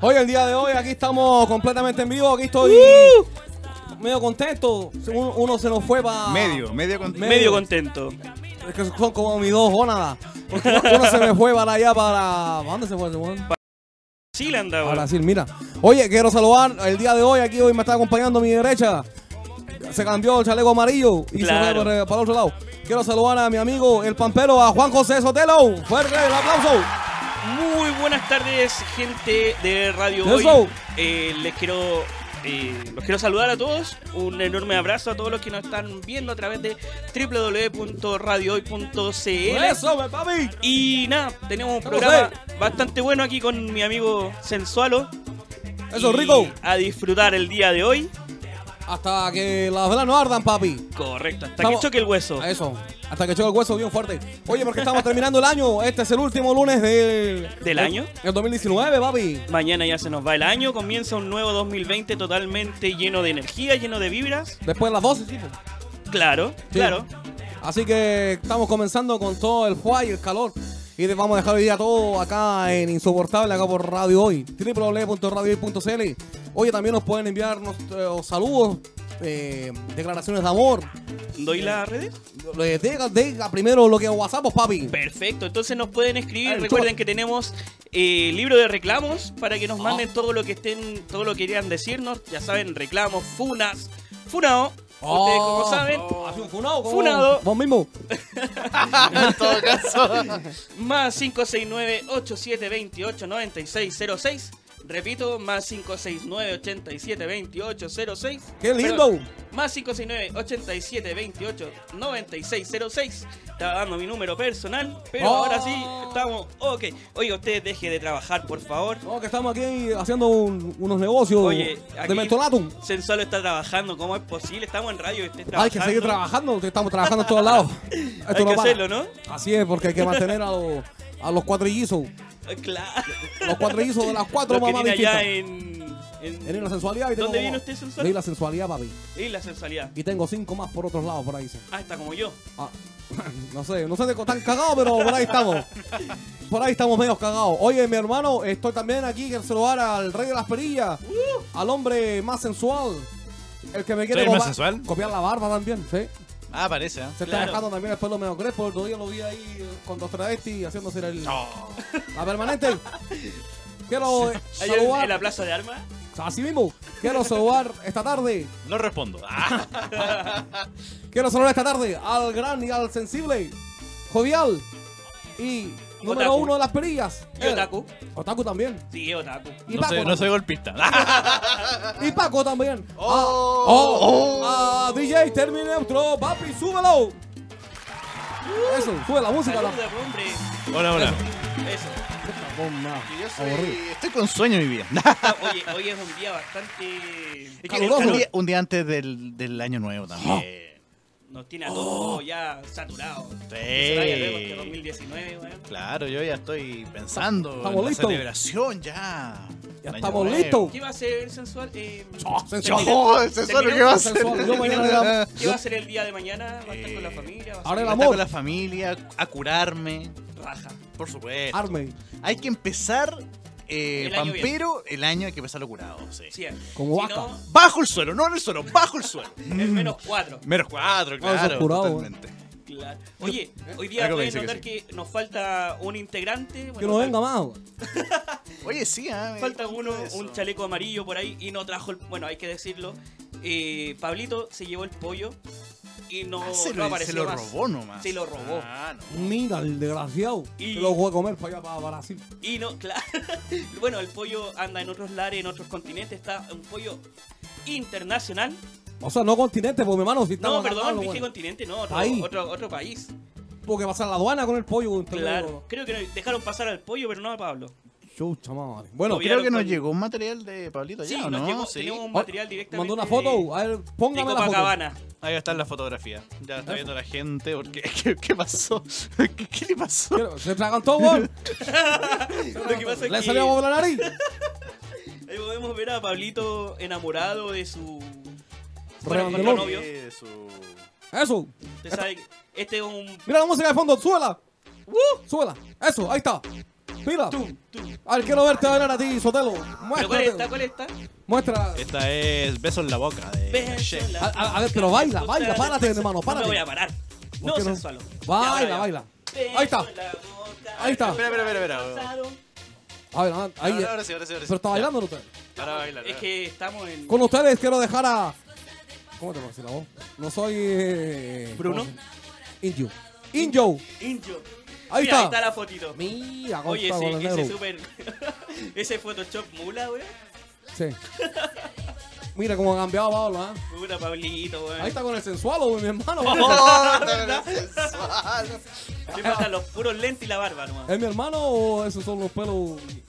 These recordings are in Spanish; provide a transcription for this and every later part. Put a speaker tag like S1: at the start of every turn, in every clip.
S1: Hoy, el día de hoy, aquí estamos completamente en vivo. Aquí estoy medio contento. Uno, uno se nos fue para.
S2: Medio, medio con...
S1: Me-
S3: Medio contento.
S1: Es que son como mis dos gónadas. Porque uno- uno se me fue para allá, para. ¿para ¿Dónde se fue ese weón?
S3: Sí, le
S1: A
S3: andaba.
S1: Brasil, mira. Oye, quiero saludar el día de hoy. Aquí hoy me está acompañando a mi derecha. Se cambió el chaleco amarillo y se
S3: Claro.
S1: fue para, para el otro lado. Quiero saludar a mi amigo, el pampero, a Juan José Sotelo. Fuerte el aplauso.
S3: Muy buenas tardes, gente de Radio
S1: Eso.
S3: Hoy. Eh, les quiero. eh, los quiero saludar a todos, un enorme abrazo a todos los que nos están viendo a través de www.radiohoy.cl
S1: Eso, mi papi.
S3: Y nada, tenemos un
S1: Estamos
S3: programa bastante bueno aquí con mi amigo Sensualo.
S1: Eso,
S3: Y
S1: rico.
S3: A disfrutar el día de hoy.
S1: Hasta que las velas no ardan, papi.
S3: Correcto, hasta
S1: Estamos-
S3: que choque el hueso.
S1: Eso. Hasta que choque el hueso bien fuerte. Oye, porque estamos terminando el año. Este es el último lunes del.
S3: ¿Del año?
S1: El 2019, papi.
S3: Mañana ya se nos va el año, comienza un nuevo 2020 totalmente lleno de energía, lleno de vibras.
S1: Después de las 12, sí. pues.
S3: Claro,
S1: Sí.
S3: claro.
S1: Así que estamos comenzando con todo el fuego y el calor. Y te vamos a dejar hoy día todo acá en Insoportable, acá por Radio Hoy. www.radiohoy.cl Oye, también nos pueden enviar nuestros saludos, eh, declaraciones de amor.
S3: ¿Doy las redes?
S1: Eh, Diga, diga primero lo que es WhatsApp, pues, papi.
S3: Perfecto, entonces nos pueden escribir.
S1: Ay,
S3: Recuerden
S1: chupa.
S3: que tenemos eh, libro de reclamos para que nos
S1: Ah.
S3: manden todo lo que estén, todo lo que quieran decirnos. Ya saben, reclamos, funas, funao. Ustedes como saben,
S1: Oh, así un funado, como
S3: Funado.
S1: Vos mismo.
S4: en todo caso.
S3: más 569-8728-9606. Repito, más 569-8728-06.
S1: ¡Qué lindo!
S3: Perdón, Más 569-8728-9606. Estaba dando mi número personal, pero
S1: Oh.
S3: ahora sí estamos. Ok. Oiga, usted deje de trabajar, por favor.
S1: No, que estamos aquí haciendo un- unos negocios
S3: Oye, aquí-
S1: de mentolatum.
S3: Sensual está trabajando, ¿cómo es posible? Estamos en radio y usted está
S1: Hay que seguir trabajando, que estamos trabajando en todos lados. Esto
S3: Hay que
S1: para.
S3: hacerlo, ¿no?
S1: Así es, porque hay que mantener a los, a los cuatrillizos.
S3: Claro.
S1: Los cuatrillizos de las cuatro
S3: Lo que
S1: mamás
S3: tiene allá
S1: distintas.
S3: en. en-
S1: Tenía la sensualidad y tengo
S3: ¿Dónde viene
S1: como-
S3: usted,
S1: De
S3: sensual?
S1: la sensualidad, papi.
S3: Y la sensualidad.
S1: Y tengo cinco más por otros lados, por ahí. sí.
S3: Ah, está como yo.
S1: Ah, no sé, no sé de co- tan cagados, pero por ahí estamos. Por ahí estamos medio cagados. Oye, mi hermano, estoy también aquí en saludar al rey de las perillas, al hombre más sensual. El que me quiere
S2: Uh. ¿Soy el más
S1: copa-
S2: sensual?
S1: copiar la barba también, sí.
S4: Ah, parece, ¿eh?
S1: Se está
S3: Claro.
S1: dejando también el pelo medio crespo. El otro día lo vi ahí eh, con dos travestis haciéndose el, la permanente. Quiero eh,
S3: Ayer en- en la
S1: saludar.
S3: plaza de armas.
S1: Así mismo. Quiero saludar esta tarde.
S2: No respondo. Ah,
S1: Quiero saludar esta tarde al gran y al sensible, jovial y número
S3: Otaku.
S1: uno de las perillas.
S3: Y
S1: eh,
S3: Otaku.
S1: Otaku también.
S3: Sí, Otaku.
S1: Y
S2: no, soy,
S1: Paco.
S2: no
S1: también.
S2: soy golpista. Ah,
S1: Y Paco también.
S4: Oh.
S1: Ah, oh, ah, DJ Terminator, papi, súbelo. Eso, sube la música. la-
S3: Saluda, hombre.
S2: hola, hola.
S3: Eso.
S4: Que yo soy-
S1: Aburrido.
S4: Estoy con sueño mi vida.
S3: Ah, Oye, hoy es un día bastante.
S4: Es que
S1: Caluroso.
S4: un día, un día antes del, del año nuevo también.
S3: Nos tiene a todos ya saturados. Sí. que 2019, weón.
S4: Claro, yo ya estoy pensando
S1: Estamos
S4: en la
S1: listos.
S4: celebración ya.
S1: Ya
S4: El año
S1: estamos
S4: nuevo.
S1: listos.
S3: ¿Qué va a ser sensual? Eh,
S1: Oh, sensual.
S3: termina-
S4: Oh, sensual,
S3: termina-
S4: ¿qué va a ser?
S1: Sensual. Yo mañana le damos-
S3: ¿Qué va a ser el día de mañana? ¿Va a estar con la
S4: Eh,
S3: familia? ¿Va a
S1: ahora el
S4: Voy a estar
S1: amor.
S4: con la familia, a curarme,
S3: ser raja?
S4: por supuesto.
S1: Arme.
S4: Hay que empezar, eh,
S3: El año bien.
S4: pampero, el año hay que empezarlo curado, sí.
S3: Sí, eh.
S1: Como
S3: Si
S1: vaca. Mm.
S3: no,
S4: Bajo el suelo, no en el suelo, bajo el suelo.
S3: es menos cuatro.
S4: Menos cuatro,
S1: Vamos a
S4: claro,
S1: curado,
S4: totalmente.
S3: Claro. Oye, hoy día
S4: Algo me
S3: pueden
S4: dice que
S3: notar que, nos falta un integrante.
S1: Que
S3: bueno,
S1: no
S3: fal-
S1: venga más.
S4: Oye, sí, ah,
S3: Falta
S4: eh,
S3: uno,
S4: eso.
S3: un chaleco amarillo por ahí y no trajo el. Bueno, hay que decirlo. Eh, Pablito se llevó el pollo y no,
S4: Ah, se,
S3: no
S4: lo,
S3: apareció
S4: se lo
S3: más.
S4: robó nomás.
S3: Se lo robó.
S4: Ah, no.
S1: Mira, el desgraciado.
S3: Y-
S1: Que lo voy a comer para allá, para Brasil.
S3: Y no, claro. bueno, el pollo anda en otros lares, en otros continentes. Está un pollo internacional.
S1: O sea, no continente, porque mi hermano, si
S3: No,
S1: estamos acá,
S3: perdón,
S1: lo
S3: dije
S1: bueno.
S3: continente, no, otro
S1: País.
S3: país. Otro, otro país.
S1: Tuvo que pasar la aduana con el pollo. con todo.
S3: Claro. Creo que dejaron pasar al pollo, pero no a Pablo.
S1: Chucha madre. Bueno,
S3: Lo vi
S4: Creo que
S3: Vieron
S4: nos
S3: con-
S4: llegó un material de Pablito
S3: Sí,
S4: ya, ¿o
S3: nos
S4: ¿no?
S3: llegó,
S4: sí. Oh,
S3: tenemos un material directamente.
S1: mandó una
S4: ah,
S1: foto. A ver,
S3: De
S1: póngame la foto.
S3: Copacabana.
S4: Ahí está la fotografía. Ya está viendo la gente porque ¿qué, qué pasó? ¿Qué, qué le pasó?
S1: Quiero- Se tragan todo, gol.
S3: Lo que pasa
S1: Le
S3: es que
S1: salió por la nariz.
S3: ahí podemos ver a Pablito enamorado de su.
S1: Rebandelón.
S3: de su novio.
S4: Eh, su-
S1: Eso.
S3: Usted sabe que este es un.
S1: Mira la música de fondo. Súbela.
S3: ¡Uh!
S1: Súbela. Eso, ahí está. Pila.
S3: Tum, tum.
S1: A ver, quiero verte bailar a ti, Sotelo.
S3: ¿Pero cuál está?
S1: Muéstrate.
S3: ¿Cuál Eh, está?
S1: eh, Muestra.
S4: Esta es Beso en la Boca de
S3: Beso en la
S1: A, a- a ver, pero baila,
S3: boca,
S1: baila,
S3: dale,
S1: párate,
S3: sensual.
S1: hermano,
S3: No me voy a
S1: párate.
S3: parar.
S1: ¿Por
S3: No,
S1: qué no?
S3: sensualo.
S1: Baila, baila. Ahí está. Ahí está.
S4: Espera, espera, espera, espera.
S1: A ver, a- ahí.
S4: Ahora sí, ahora sí, ahora sí.
S1: Pero está bailando usted.
S4: Para bailar.
S3: Es que estamos en.
S1: Con ustedes quiero dejar a. ¿Cómo te pones la voz? No soy. eh,
S3: Bruno.
S1: ¿cómo se llama? Injo. Injo.
S3: Indio.
S1: Ahí
S3: Mira,
S1: está.
S3: Ahí está la fotito.
S1: Mira, cómo
S3: Oye,
S1: está con el
S3: sí, ese
S1: negro.
S3: super. ese Photoshop mula, weón.
S1: Sí. Mira cómo ha cambiado Pablo, ¿ah?
S3: Mula, Pablito, weón.
S1: Ahí está con el sensualo, mi hermano.
S4: Oh,
S3: Me faltan los puros lentes y la barba nomás.
S1: ¿Es mi hermano o esos son los pelos?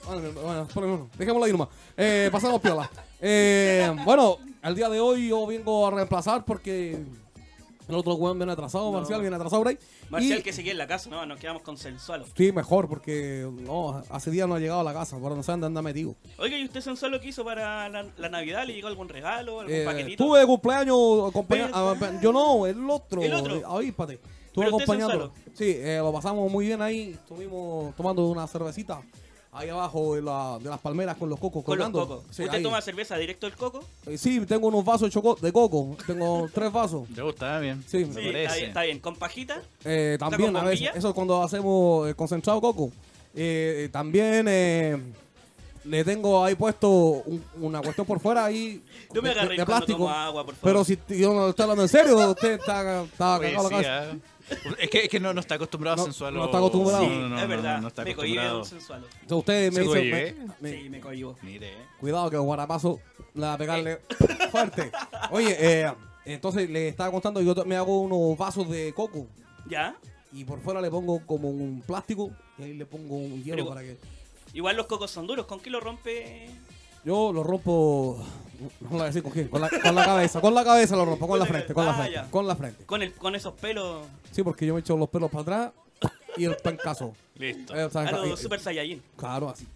S1: Bueno, mi hermano- bueno, espera un minuto. dejémoslo ahí nomás. Eh, pasamos piola. Eh, bueno, al día de hoy yo vengo a reemplazar porque el otro weón viene atrasado, Marcial viene atrasado, Bray.
S3: Marcial
S1: Y-
S3: que se quede en la casa, no, nos quedamos consensuados.
S1: Sí, mejor, porque no, hace días no ha llegado a la casa, ahora no sé dónde anda metido.
S3: Oiga, ¿y usted sensual que hizo para la, la Navidad? ¿Le llegó algún regalo, algún
S1: Eh,
S3: paquetito?
S1: tuve de cumpleaños acompaña-
S3: ¿Verdad?
S1: ah, yo no, el otro.
S3: El otro.
S1: Avíspate. Estuve
S3: Pero usted es
S1: acompañándolo.
S3: Gonzalo.
S1: Sí, eh, lo pasamos muy bien ahí. Estuvimos tomando una cervecita ahí abajo de, la- de las palmeras con los cocos.
S3: Con los
S1: colgando.
S3: cocos.
S1: Sí,
S3: ¿Usted
S1: ahí.
S3: toma cerveza directo del coco?
S1: Eh, sí, tengo unos vasos de, choco- de coco. Tengo tres vasos.
S4: Te gusta, ah, bien.
S1: Sí.
S4: me
S1: Sí,
S3: está bien,
S4: parece.
S3: está bien. ¿Con pajita?
S1: Eh, también
S3: con
S1: a veces.
S3: bombilla?
S1: Eso es cuando hacemos eh, concentrado coco. Eh, eh, también eh, le tengo ahí puesto un- una cuestión por fuera ahí.
S3: No me
S1: de-
S3: agarre
S1: de
S3: cuando
S1: plástico.
S3: tomo agua, por favor.
S1: Pero si t- yo no estoy hablando en serio, usted está, está
S4: Oye,
S1: cagado la
S4: sí,
S1: cabeza.
S4: ah. Es que, es que no, no está acostumbrado
S1: No,
S4: a sensual.
S1: no está acostumbrado.
S3: sí,
S1: no,
S3: es verdad.
S4: No, está
S3: me cohibe de
S4: acostumbrado.
S3: un sensual.
S1: Entonces usted me
S4: eh. ¿Se eh.
S1: dice,
S4: cohibe?
S1: me- me-
S3: Sí, me cohibo.
S4: Mire, eh.
S1: cuidado que los guarapazos la va a pegarle fuerte. Oye, eh, entonces le estaba contando, yo to- me hago unos vasos de coco
S3: ¿Ya?
S1: y por fuera le pongo como un plástico y ahí le pongo un hielo
S3: Pero-
S1: para que...
S3: Igual los cocos son duros. ¿Con qué lo rompe?
S1: Yo lo rompo... No lo voy a decir con qué, con la, con la cabeza, con la cabeza lo rompo, con la
S3: Con la
S1: frente, con la
S3: cabeza. Ah,
S1: frente,
S3: ya.
S1: con la frente.
S3: Con, el, con esos pelos
S1: Sí, porque yo me echo los pelos para atrás y el pancazo.
S4: listo.
S1: Eh, o sea,
S3: a
S1: eh,
S3: los Ah, Super Saiyajin.
S1: Claro, así.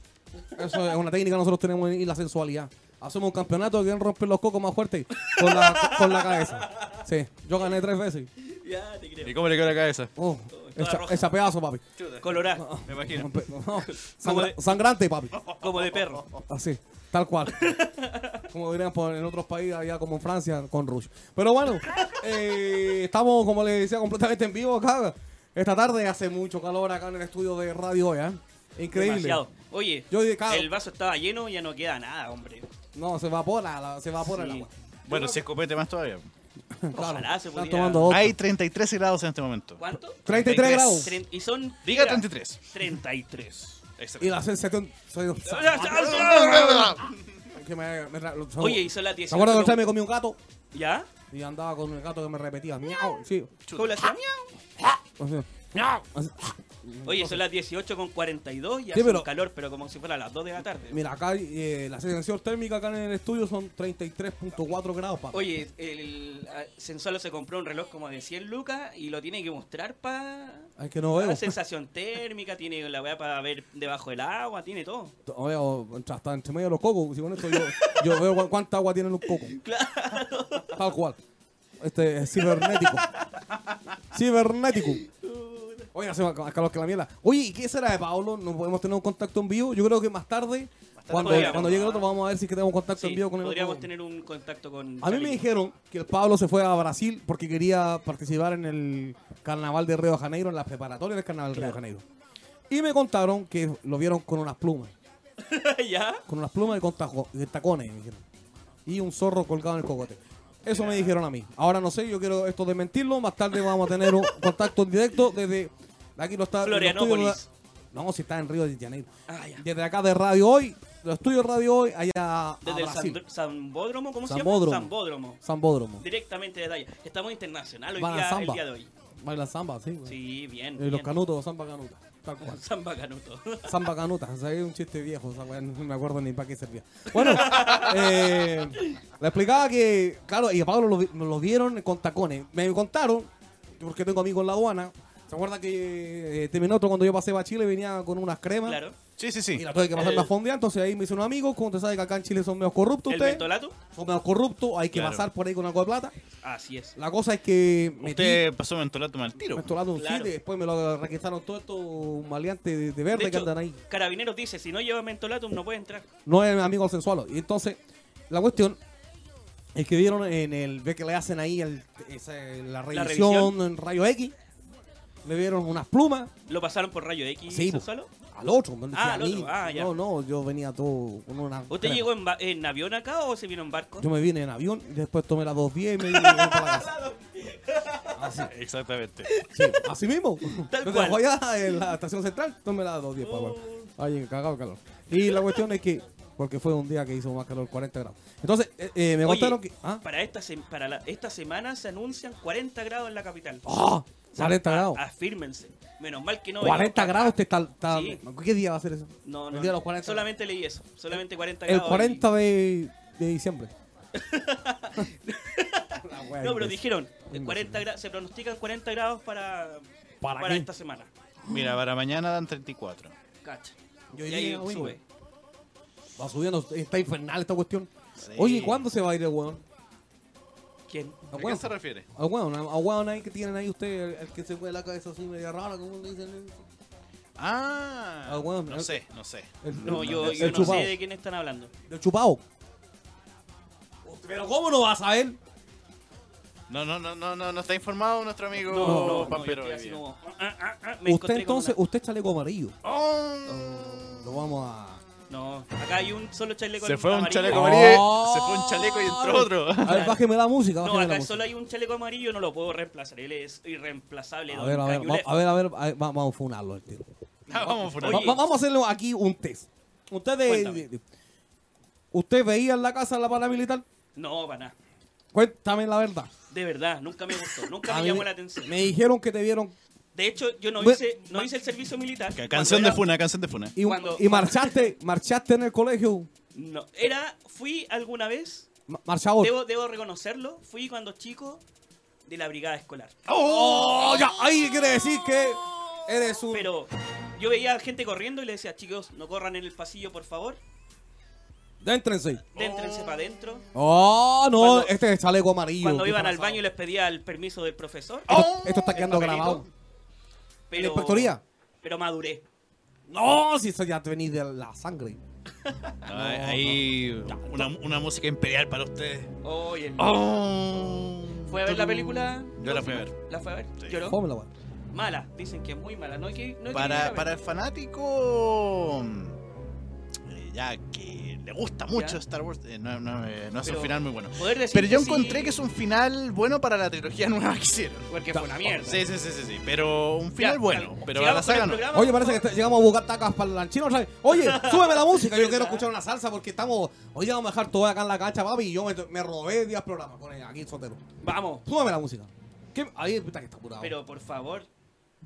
S1: Eso es una técnica que nosotros tenemos en la sensualidad. Hacemos un campeonato que romper los cocos más fuerte con la, con la cabeza. Sí, yo gané tres veces.
S3: Ya, te creo.
S4: ¿Y cómo le quedó la cabeza?
S1: Oh,
S3: Toda
S1: esa,
S3: roja.
S1: esa pedazo, papi.
S3: Colorado,
S4: Me imagino.
S1: No,
S3: Como
S1: sangra-
S3: de-
S1: sangrante, papi.
S3: como de perro.
S1: Así, tal cual. Como dirían por- en otros países, allá como en Francia, con Rush. Pero bueno, eh, estamos, como les decía, completamente en vivo acá. Esta tarde hace mucho calor acá en el estudio de radio hoy, ¿eh? Increíble.
S3: Demasiado. Oye,
S1: Yo de cada-
S3: el vaso estaba lleno y ya no queda nada, hombre.
S1: No, se evapora, la- se evapora el
S3: Sí.
S1: agua.
S4: Bueno, si escopete más todavía.
S3: Ojalá se
S1: Están
S3: pudiera.
S1: tomando otro.
S4: Hay 33 grados en este momento.
S3: ¿Cuánto?
S1: 33 grados.
S3: Tren- Y son.
S4: Diga
S3: mira,
S4: 33.
S3: 33.
S1: Y la sensación. soy- que me- me tra- lo-
S3: Oye, hizo la 18.
S1: ¿Se acuerdan que usted me comió un gato?
S3: ¿Ya?
S1: Y andaba con un gato que me repetía. Miau, sí.
S3: ¿Cómo la
S1: Ah,
S3: hacía?
S1: O sea, así.
S3: Oye, son las 18 con 42 y hace
S1: pero-
S3: un calor, pero como si fuera a las 2 de la tarde.
S1: Mira, acá eh, la sensación térmica acá en el estudio son 33.4 grados. pa.
S3: Oye, el ah, Sensualo se compró un reloj como de 100 lucas y lo tiene que mostrar para
S1: Ay, que no veo.
S3: sensación térmica, tiene la weá para ver debajo del agua, tiene todo.
S1: No veo, mientras está entre medio de los cocos. Si con esto yo, yo veo cu- cuánta agua tienen los cocos. Tal cual. Este es cibernético. cibernético. Oye, hace más calor que la mierda. Oye, ¿y qué será de Pablo? ¿No podemos tener un contacto en vivo? Yo creo que más tarde, cuando,
S3: podríamos.
S1: cuando llegue el otro, vamos a ver si es que tenemos un contacto
S3: Sí,
S1: en vivo con el
S3: podríamos
S1: otro.
S3: tener un contacto
S1: A
S3: con.
S1: mí me
S3: Charlie.
S1: dijeron que el Pablo se fue a Brasil porque quería participar en el carnaval de Río de Janeiro, en las preparatorias del carnaval de Río de Janeiro. Y me contaron que lo vieron con unas plumas
S3: ¿Ya?
S1: con unas plumas y con tajo- de tacones, me dijeron. Y un zorro colgado en el cocote. Eso me dijeron a mí. Ahora no sé, yo quiero esto desmentirlo. Más tarde vamos a tener un contacto en directo desde. Aquí lo está.
S3: Florianópolis.
S1: los estudios- No, si está en Río de Janeiro.
S3: Ah, ya.
S1: Desde acá de Radio Hoy, los estudios Radio Hoy, allá a
S3: Desde el
S1: Brasil.
S3: Sandr- Sambódromo, ¿cómo se
S1: Sambódromo.
S3: llama? Sambódromo.
S1: Sambódromo.
S3: Directamente de allá. Estamos internacional hoy
S1: Van a
S3: día, el
S1: samba.
S3: día de hoy.
S1: Baila samba, sí. güey.
S3: Sí, bien.
S1: Eh,
S3: bien.
S1: los canutos, samba canuta. Tal cual.
S3: Samba canuto.
S1: Samba canuta, o sea, es un chiste viejo, o sea, weón, no me acuerdo ni para qué servía. Bueno, eh, le explicaba que, claro, y a Pablo lo, vi- lo vieron con tacones. Me contaron, porque tengo amigos en la aduana, ¿Se acuerdan que eh, terminó otro cuando yo pasé para Chile venía con unas cremas?
S3: Claro.
S4: Sí, sí, sí.
S1: Y la tuve que pasar la fondea, entonces ahí me hice unos amigos, como te sabes que acá en Chile son medios corruptos
S3: ¿El
S1: ustedes.
S3: mentolato?
S1: Son medios corruptos, hay que
S2: Claro.
S1: pasar por ahí con algo de plata.
S3: Así es.
S1: La cosa es que metí
S2: Usted pasó mentolato mal tiro.
S1: mentolado un
S3: Claro.
S1: sitio y después me lo requisaron todos estos maleantes de, de verde
S3: De
S1: que
S3: hecho,
S1: andan ahí.
S3: Carabineros dice, si no lleva mentolatum no puede entrar.
S1: No es amigo sensual. Y entonces, la cuestión es que vieron en el. Ve que le hacen ahí el- esa- la, revisión
S3: revisión.
S1: en rayo X. Le vieron unas plumas
S3: ¿Lo pasaron por rayo X,
S1: Sí, po.
S3: Gonzalo?
S1: al otro. me decía
S3: Ah,
S1: a
S3: al
S1: mí.
S3: otro. Ah, ya.
S1: No, no, yo venía todo con una.
S3: ¿Usted
S1: crema.
S3: llegó en, ba- en avión acá o se vino en barco?
S1: Yo me vine en avión y después tomé las 2.10 y me vine para la casa.
S2: Exactamente.
S1: Sí, así mismo.
S3: Tal
S1: Yo
S3: cual.
S1: trabajo
S3: Oh.
S1: allá en eh, la estación central, tomé las 2.10 para bueno. Ay, cagado el calor. Y la cuestión es que. Porque fue un día que hizo más calor, 40 grados. Entonces, eh, eh, me
S3: Oye,
S1: contaron que. ¿Ah?
S3: Para, esta, se- para la- esta semana se anuncian 40 grados en la capital.
S1: ¡Ah!
S3: O sea,
S1: 40
S3: a-
S1: grados.
S3: Afírmense. Menos mal que no.
S1: 40
S3: venimos-
S1: grados te está, está-
S3: Sí.
S1: ¿Qué día va a ser eso?
S3: No,
S1: El
S3: no.
S1: día de
S3: no.
S1: los 40.
S3: Solamente leí eso. Solamente 40
S1: el
S3: grados.
S1: 40 de, de diciembre. La
S3: y-
S1: wea
S3: No, pero
S1: imbécil.
S3: dijeron,
S1: Imbécil.
S3: 40 gra- se pronostican 40 grados para,
S1: ¿Para
S3: para
S1: qué?
S3: esta semana.
S4: Mira, para mañana dan 34.
S3: Cacha.
S1: Yo
S3: y
S1: diría
S3: ahí
S1: lo mismo.
S3: sube.
S1: Va subiendo, está infernal esta cuestión. Oye, ¿cuándo se va a ir el weón?
S3: ¿Quién?
S1: ¿A
S4: ¿A
S1: weón?
S4: qué se refiere?
S1: A weón, a weón ah, ahí que tienen ahí ustedes, el, el que se fue la cabeza así media rara, ¿cómo le dicen? ¿eh?
S4: Ah,
S1: Ah, bueno,
S4: no
S1: eh.
S4: sé, no sé.
S1: El-
S3: No,
S1: el-
S3: yo,
S1: el
S3: yo no
S1: chupao.
S3: sé de quién están hablando.
S1: El chupao. Pero ¿cómo no vas a ver?
S4: No, no, no, no, no, no está informado nuestro amigo
S3: No, no, no,
S4: Pampero.
S3: yo
S4: hoy
S3: estoy así
S4: día.
S3: como, ah, ah, ah, me
S1: Usted
S3: encontré con
S1: entonces,
S3: una-
S1: usted es chaleco amarillo.
S4: Oh.
S1: Lo vamos a...
S3: No, acá hay un solo chaleco
S4: Se fue un
S3: amarillo.
S4: chaleco
S1: Oh.
S4: amarillo, se fue un chaleco y entró otro.
S1: A ver, bájeme la música,
S3: No,
S1: bájeme la
S3: acá
S1: música.
S3: solo hay un chaleco amarillo, no lo puedo reemplazar. Él es irreemplazable.
S1: A
S3: don
S1: ver, a ver, va-
S3: Cañulet.
S1: a ver, a ver, a ver, va- vamos a funarlo el tiro.
S4: Ah, vamos por ahí.
S1: Va-
S3: Oye.
S1: va- vamos a hacerle aquí un test. Ustedes,
S3: Cuéntame.
S1: ¿Usted veía en la casa la paramilitar?
S3: No, para nada.
S1: Cuéntame la verdad.
S3: De verdad, nunca me gustó, nunca
S1: A
S3: me
S1: mí
S3: llamó la atención.
S1: Me dijeron que te vieron
S3: De hecho, yo no
S1: Bueno,
S3: hice, no hice el servicio militar.
S4: Ca-
S3: Cuando
S4: Canción
S3: era-
S4: de Funa, canción de Funa.
S1: y,
S3: Cuando-
S1: y marchaste, marchaste en el colegio.
S3: No, era, fui alguna vez,
S1: ma- Marchador.
S3: debo, debo reconocerlo, fui cuando chico de la brigada escolar.
S1: ¡Oh! Ya, ahí quiere decir que eres un.
S3: Pero yo veía gente corriendo y le decía, chicos, no corran en el pasillo, por favor.
S1: Déntrense.
S3: Déntrense para adentro.
S1: ¡Oh, no!
S3: Cuando-
S1: este es chaleco amarillo.
S3: Cuando iban al
S1: disfrazado.
S3: baño y les pedía el permiso del profesor.
S1: Esto, esto está quedando
S3: papelito.
S1: grabado.
S3: Pero,
S1: ¿La inspectoría?
S3: Pero maduré.
S1: No, si eso ya te venís de la sangre.
S4: Ahí una, una música imperial para ustedes.
S3: Oye,
S4: Oh.
S3: ¿fue a ver la película?
S4: Yo la fui a ver.
S3: ¿La fue a ver?
S4: Sí.
S3: ¿Lloró?
S1: Fome la weá.
S3: Mala, dicen que es muy mala. No hay que, no hay que ir a
S4: Para,
S3: ver.
S4: para el fanático eh, ya que le gusta mucho
S3: Ya.
S4: Star Wars, eh, no, no, eh, no es
S3: Pero-
S4: un final muy bueno.
S3: Poder decir
S4: Pero yo
S3: sí,
S4: encontré que es un final bueno para la trilogía nueva que hicieron.
S3: Porque fue una mierda.
S4: Sí, sí, sí, sí, sí, pero un final
S3: Ya,
S4: bueno.
S3: ya,
S4: Pero a la
S3: sigamos con
S4: saga
S3: el
S4: no.
S3: programa.
S1: Oye, parece que este- te- llegamos a buscar tacas para el lanchino. ¿sabes? Oye, súbeme la música. Yo quiero escuchar una salsa porque estamos. Hoy vamos a dejar todo acá en la cancha, papi. Y yo me, me robé 10 programas con el, aquí en Sotero.
S3: Vamos.
S1: Súbeme la música. ¿Qué? Ahí puta que está apurado.
S3: Pero por favor,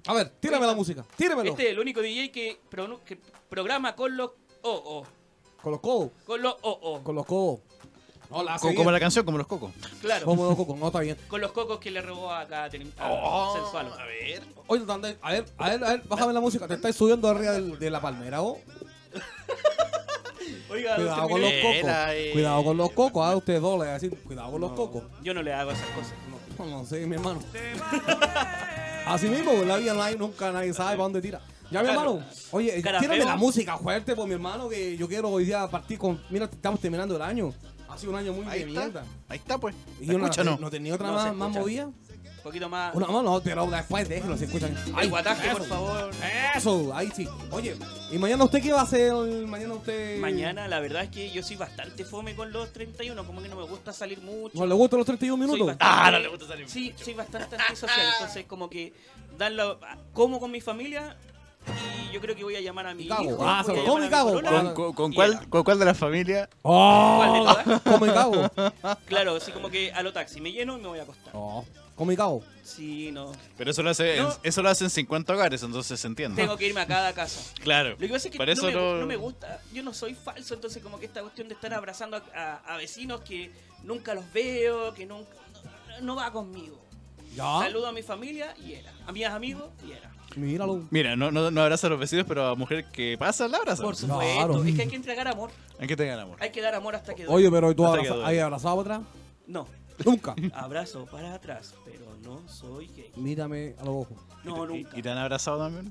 S1: a ver, tírame la música. Tíremelo.
S3: este es el único DJ que, prono- que programa con los oh, oh.
S1: Con los codos.
S3: Con los oh, oh.
S1: Con los codos. No la hace
S4: Co- Como
S1: bien.
S4: la canción, como los cocos.
S3: Claro.
S1: Como los cocos. No está bien.
S3: Con los cocos que le robó acá a, Tenim- Oh, a
S1: Oh.
S3: Sensual.
S4: a ver.
S1: Oye, Tandé, a ver, a ver, a ver, bájame la música. Te estáis subiendo arriba del- de la palmera, vos.
S3: Oiga,
S1: Cuidado
S3: don
S1: con los
S3: Terminero,
S1: cocos.
S4: Era, eh,
S1: Cuidado con los cocos. Ah, ustedes dos le van a decir, cuidado con los cocos.
S3: Yo no le hago esas cosas. no.
S1: No, no sé, mi hermano. Así mismo, en la vida no hay- nunca nadie sabe para dónde tira. Ya, mi hermano. Oye, eh,
S3: Cara
S1: tírame
S3: feo.
S1: la música fuerte, por mi hermano, que yo quiero hoy día partir con. Mira, estamos terminando el año. Ha sido un año muy
S4: Ahí
S1: de mierda.
S4: está. Ahí está, pues.
S1: Y
S4: ¿La
S1: yo no,
S4: escucha, no?
S1: no tenía otra
S3: No se
S1: más, más
S3: escucha.
S1: movida.
S3: Un poquito más.
S1: Una mano, no, pero después déjelo, se escuchan.
S3: Ay, guataje,
S1: eso,
S3: por favor.
S1: Eso, ahí sí. Oye, ¿y mañana usted qué va a hacer? Mañana usted.
S3: Mañana, la verdad es que yo soy bastante fome con los 31. Como que no me gusta salir mucho.
S1: ¿No le gustan los 31
S3: Soy
S1: minutos?
S3: bastante-
S4: Ah, no le gusta salir
S3: Sí, soy bastante antisocial, entonces como que dan la, como con mi familia y yo creo que voy a llamar a mi
S1: Y cago.
S3: hijo,
S1: Ah,
S3: voy a
S1: se
S3: llamar
S1: come
S3: a
S1: y
S3: mi
S1: cago.
S3: polola.
S1: Con-
S3: Y era.
S4: con cuál de la familia?
S3: ¿Cuál de
S1: ¡Oh!
S3: todas?
S1: Come cago.
S3: Claro, así como que a lo taxi, me lleno y me voy a acostar.
S1: Oh, come cago.
S3: Sí, no.
S4: Pero eso lo, hace,
S3: No.
S4: eso lo hacen 50 hogares, entonces se entiende.
S3: Tengo que irme a cada casa.
S4: Claro.
S3: Lo que pasa es que
S4: Por eso
S3: no, me,
S4: no-
S3: no me gusta, yo no soy falso, entonces como que esta cuestión de estar abrazando a, a- a vecinos que nunca los veo, que nunca... no- no va conmigo.
S1: Ya.
S3: Saludo a mi familia y era. A mis amigos y era.
S1: Míralo.
S4: Mira, no, no, no abraza a los vecinos, pero a mujer que pasa la abraza.
S3: Por supuesto.
S1: Claro.
S3: Es que hay que entregar amor.
S4: ¿En qué te ganan, amor?
S3: Hay que dar amor hasta que duele.
S1: Oye, pero ¿tú
S4: Hasta que
S1: abraza-
S4: duele.
S1: ¿hay abrazado para atrás?
S3: No.
S1: Nunca.
S3: Abrazo para atrás, pero no soy gay.
S1: Mírame a los ojos.
S3: No,
S4: ¿Y-
S3: nunca.
S4: ¿Y te han abrazado también?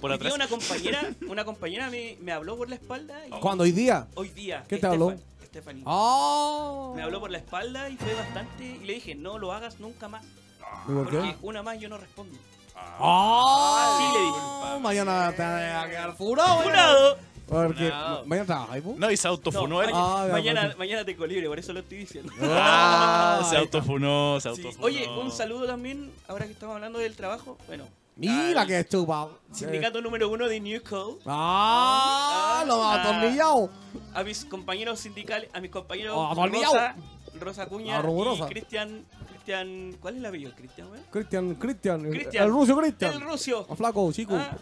S4: Por
S3: Hoy día
S4: atrás.
S3: una compañera, una compañera me, me habló por la espalda y
S1: ¿Cuándo? ¿Hoy día?
S3: hoy día.
S1: ¿Qué te habló?
S3: Estefan- Stephanie.
S1: ¡Ah!
S3: Me habló por la espalda y fue bastante. Y le dije, no lo hagas nunca más.
S1: ¿Y por
S3: Porque
S1: qué?
S3: una más yo no respondo.
S1: ¡Ah!
S3: Sí, le
S1: dije. Mañana te vas a quedar furado.
S3: ¡Jurado!
S1: ¿eh? Porque
S4: Furado.
S1: mañana trabajas, ¿eh?
S4: No, y se
S3: No,
S4: autofunó.
S3: maña-
S4: él.
S1: Ah, ya,
S3: mañana,
S1: perfecto.
S3: mañana tengo libre, por eso lo estoy diciendo.
S4: Ah, se
S1: Ahí está.
S4: autofunó, se
S3: Sí.
S4: autofunó.
S3: Oye, un saludo también, ahora que estamos hablando del trabajo. Bueno,
S1: Mira
S3: al
S1: que chupado.
S3: Sindicato número uno de New Code.
S1: ¡Ah!
S3: Ah.
S1: Lo más atornillado.
S3: A mis compañeros sindicales, a mis compañeros
S1: Ah, dormido.
S3: Rosa, Rosa Cuña
S1: Ah, rumorosa.
S3: y Cristian. Cristian. ¿Cuál es el apellido? Cristian, weón?
S1: Cristian, Cristian. El,
S3: Cristian.
S1: el ruso Cristian.
S3: El rucio.
S1: Ah, flaco, chico.
S3: Ah,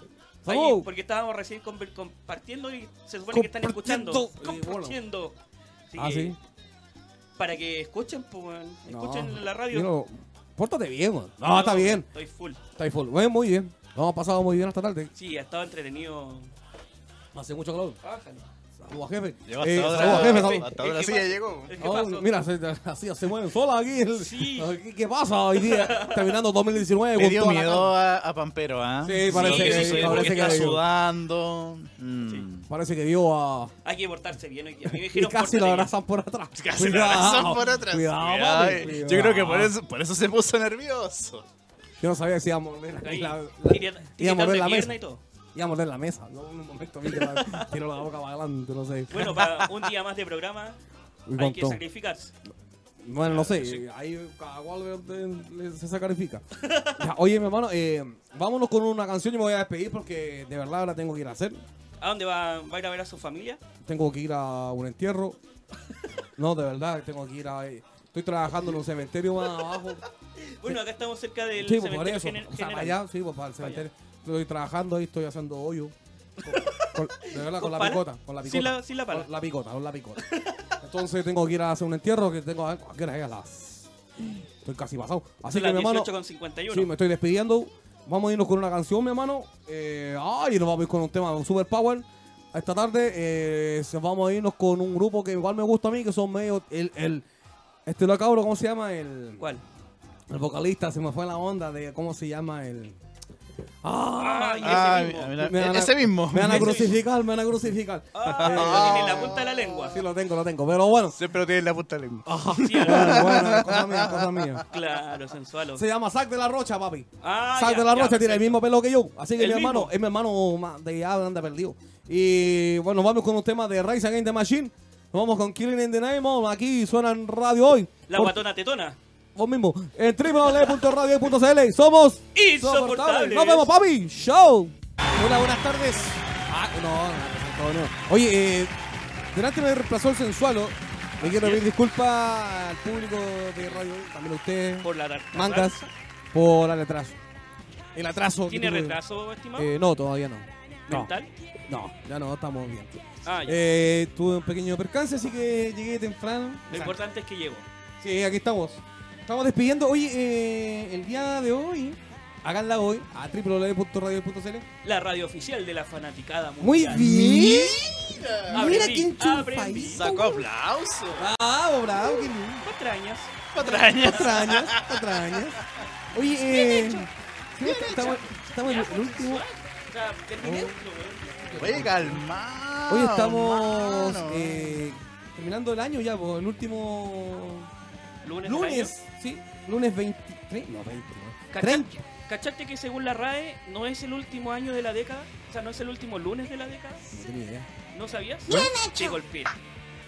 S3: ahí,
S1: Salud.
S3: porque estábamos recién comp- compartiendo y se supone que están escuchando.
S1: Compartiendo.
S3: Compartiendo. Así
S1: Ah,
S3: que,
S1: sí.
S3: Para que escuchen, pues, weón.
S1: No,
S3: escuchen la radio.
S1: míralo. Pórtate bien, man. No,
S3: Yo
S1: está bien.
S3: Estoy full.
S1: Está ahí full. Bueno, muy bien. Lo hemos pasado muy bien esta tarde.
S3: Sí, ha estado entretenido.
S1: Hace mucho calor.
S3: Bájale.
S1: Saludos, jefe.
S4: Llegó hasta
S1: Eh,
S4: ahora.
S1: saludos, jefe.
S4: Hasta
S1: saludos.
S4: ahora
S3: Es
S4: sí
S3: que pasa-
S4: ya llegó.
S3: ¿Qué
S1: Oh,
S3: pasó?
S1: mira, se, así se mueven solas aquí. el-
S3: Sí.
S1: ¿Qué, qué pasa hoy día? Terminando 2019
S4: Le
S1: con
S4: dio
S1: toda la
S4: miedo a, a Pampero, ¿ah?
S1: Sí, parece
S4: Sí,
S3: que-
S4: sí,
S3: parece
S4: porque
S1: que
S4: está
S1: le dio.
S4: sudando. Mm.
S1: cara. Parece que vio a.
S3: Hay que portarse bien. Hay que, a mí me
S1: Y
S3: dijeron,
S1: casi lo
S3: "Pórtate
S1: abrazan por atrás.
S4: Casi lo abrazan por atrás.
S1: Cuidado,
S4: Cuidado,
S1: mami,
S4: eh. Yo
S1: cuidado.
S4: creo que por eso, por eso se puso nervioso.
S1: Yo no sabía si iba a morder la,
S3: bien".
S1: la- la-
S3: Ahí, tira-
S1: iba a
S3: tiritando
S1: morder la
S3: pierna
S1: mesa.
S3: y todo.
S1: Iba a morder la mesa. No, en un momento vi que la- tiró la boca para adelante, no sé.
S3: Bueno, para un día más de programa
S1: Y
S3: hay que
S1: contó.
S3: sacrificarse.
S1: Bueno,
S3: ah,
S1: no sé, ahí cada cual le- le- le- se sacrifica. Ya, oye, mi hermano, eh, vámonos con una canción y me voy a despedir porque de verdad la tengo que ir a hacer.
S3: ¿A dónde va, va a ir a ver a su familia?
S1: Tengo que ir a un entierro. No, de verdad, tengo que ir a... eh, Estoy trabajando en un cementerio más abajo.
S3: Bueno, acá estamos cerca del
S1: Sí, pues, por
S3: cementerio
S1: eso.
S3: gener-
S1: O sea, para
S3: general.
S1: allá, sí, pues para el cementerio. Estoy trabajando ahí, estoy haciendo hoyo. Con- con- de verdad, con la
S3: ¿Con pala?
S1: picota. Con la
S3: Sin
S1: picota.
S3: la- sin la pala.
S1: Con la picota, con la picota. Entonces tengo que ir a hacer un entierro que tengo a ver ¿a qué hora es? a las... Estoy casi pasado. Así
S3: Son
S1: que,
S3: las
S1: mi hermano...
S3: 18.51.
S1: Sí, me estoy despidiendo. Vamos a irnos con una canción, mi hermano. Eh, ay, nos vamos a ir con un tema de Super Power. Esta tarde eh, se- vamos a irnos con un grupo que igual me gusta a mí, que son medio. El, el, este lo cabro, ¿cómo se llama? El,
S3: ¿Cuál?
S1: el vocalista, se me fue la onda de cómo se llama el.
S3: Ah, y ese
S4: Ah,
S3: mismo.
S4: a mí la-
S1: Me van a-
S4: ese mismo.
S1: Me van a
S4: Ese
S1: crucificar, me van a crucificar.
S3: Ah, lo tiene en la punta de la lengua.
S1: Sí, lo tengo, lo tengo, pero bueno.
S4: Siempre lo tiene en la punta de la lengua.
S3: Sí,
S1: Bueno,
S3: ¿verdad?
S1: bueno, es cosa mía, es cosa mía.
S3: Claro, sensualo.
S1: Se llama Sac de la Rocha, papi.
S3: Ah,
S1: Sac
S3: ya,
S1: de la
S3: ya,
S1: Rocha tiene el
S3: perfecto.
S1: mismo pelo que yo. Así que
S3: El
S1: mi hermano,
S3: mismo.
S1: es mi hermano ma- de ya anda perdido. Y bueno, vamos con un tema de Rise Against the Machine. Nos vamos con Killing in the Name. of. Aquí suenan radio hoy.
S3: La
S1: Por-
S3: guatona tetona.
S1: Vos mismo. En www.radio.cl. Somos
S3: Insoportables.
S1: Nos vemos, papi. Show. Hola, buenas tardes. Ah, no, no, no, no. Oye, eh, delante me reemplazó el sensualo. Me quiero pedir disculpas al público de radio, hoy, también a ustedes
S3: Por la tar-
S1: mangas
S3: tardanza.
S1: por el atraso. El atraso.
S3: ¿Tiene
S1: que tuve.
S3: retraso, estimado?
S1: Eh, no, todavía no. No,
S3: ¿Mental?
S1: no, ya no, estamos bien.
S3: Ah, ya.
S1: Eh, tuve un pequeño percance, así que llegué temprano.
S3: Lo importante es que llego.
S1: Sí, aquí estamos. Estamos despidiendo. Oye, eh, el día de hoy, háganla hoy a www.radio.cl.
S3: La radio oficial de la fanaticada
S1: Muy
S3: mundial.
S1: bien. Mira
S3: Aprendí,
S1: qué
S3: aprendí.
S1: enchufadito.
S4: Sacó aplauso.
S1: Bravo, bravo, qué lindo.
S3: Patrañas.
S4: Patraña.
S1: Patrañas, patrañas. Oye, eh, sí, estamos, estamos en el último.
S3: O sea, terminé esto, weón.
S4: Oye, calmado.
S1: Hoy estamos
S4: mano.
S1: eh, terminando el año ya, po, el último
S3: Lunes. del año.
S1: lunes, sí, lunes 23, no 20, no,
S3: Cacha-
S1: 30.
S3: ¿Cachaste que según la RAE no es el último año de la década? O sea, no es el último lunes de la década.
S1: No tenía idea.
S3: ¿No sabías? Te golpeé.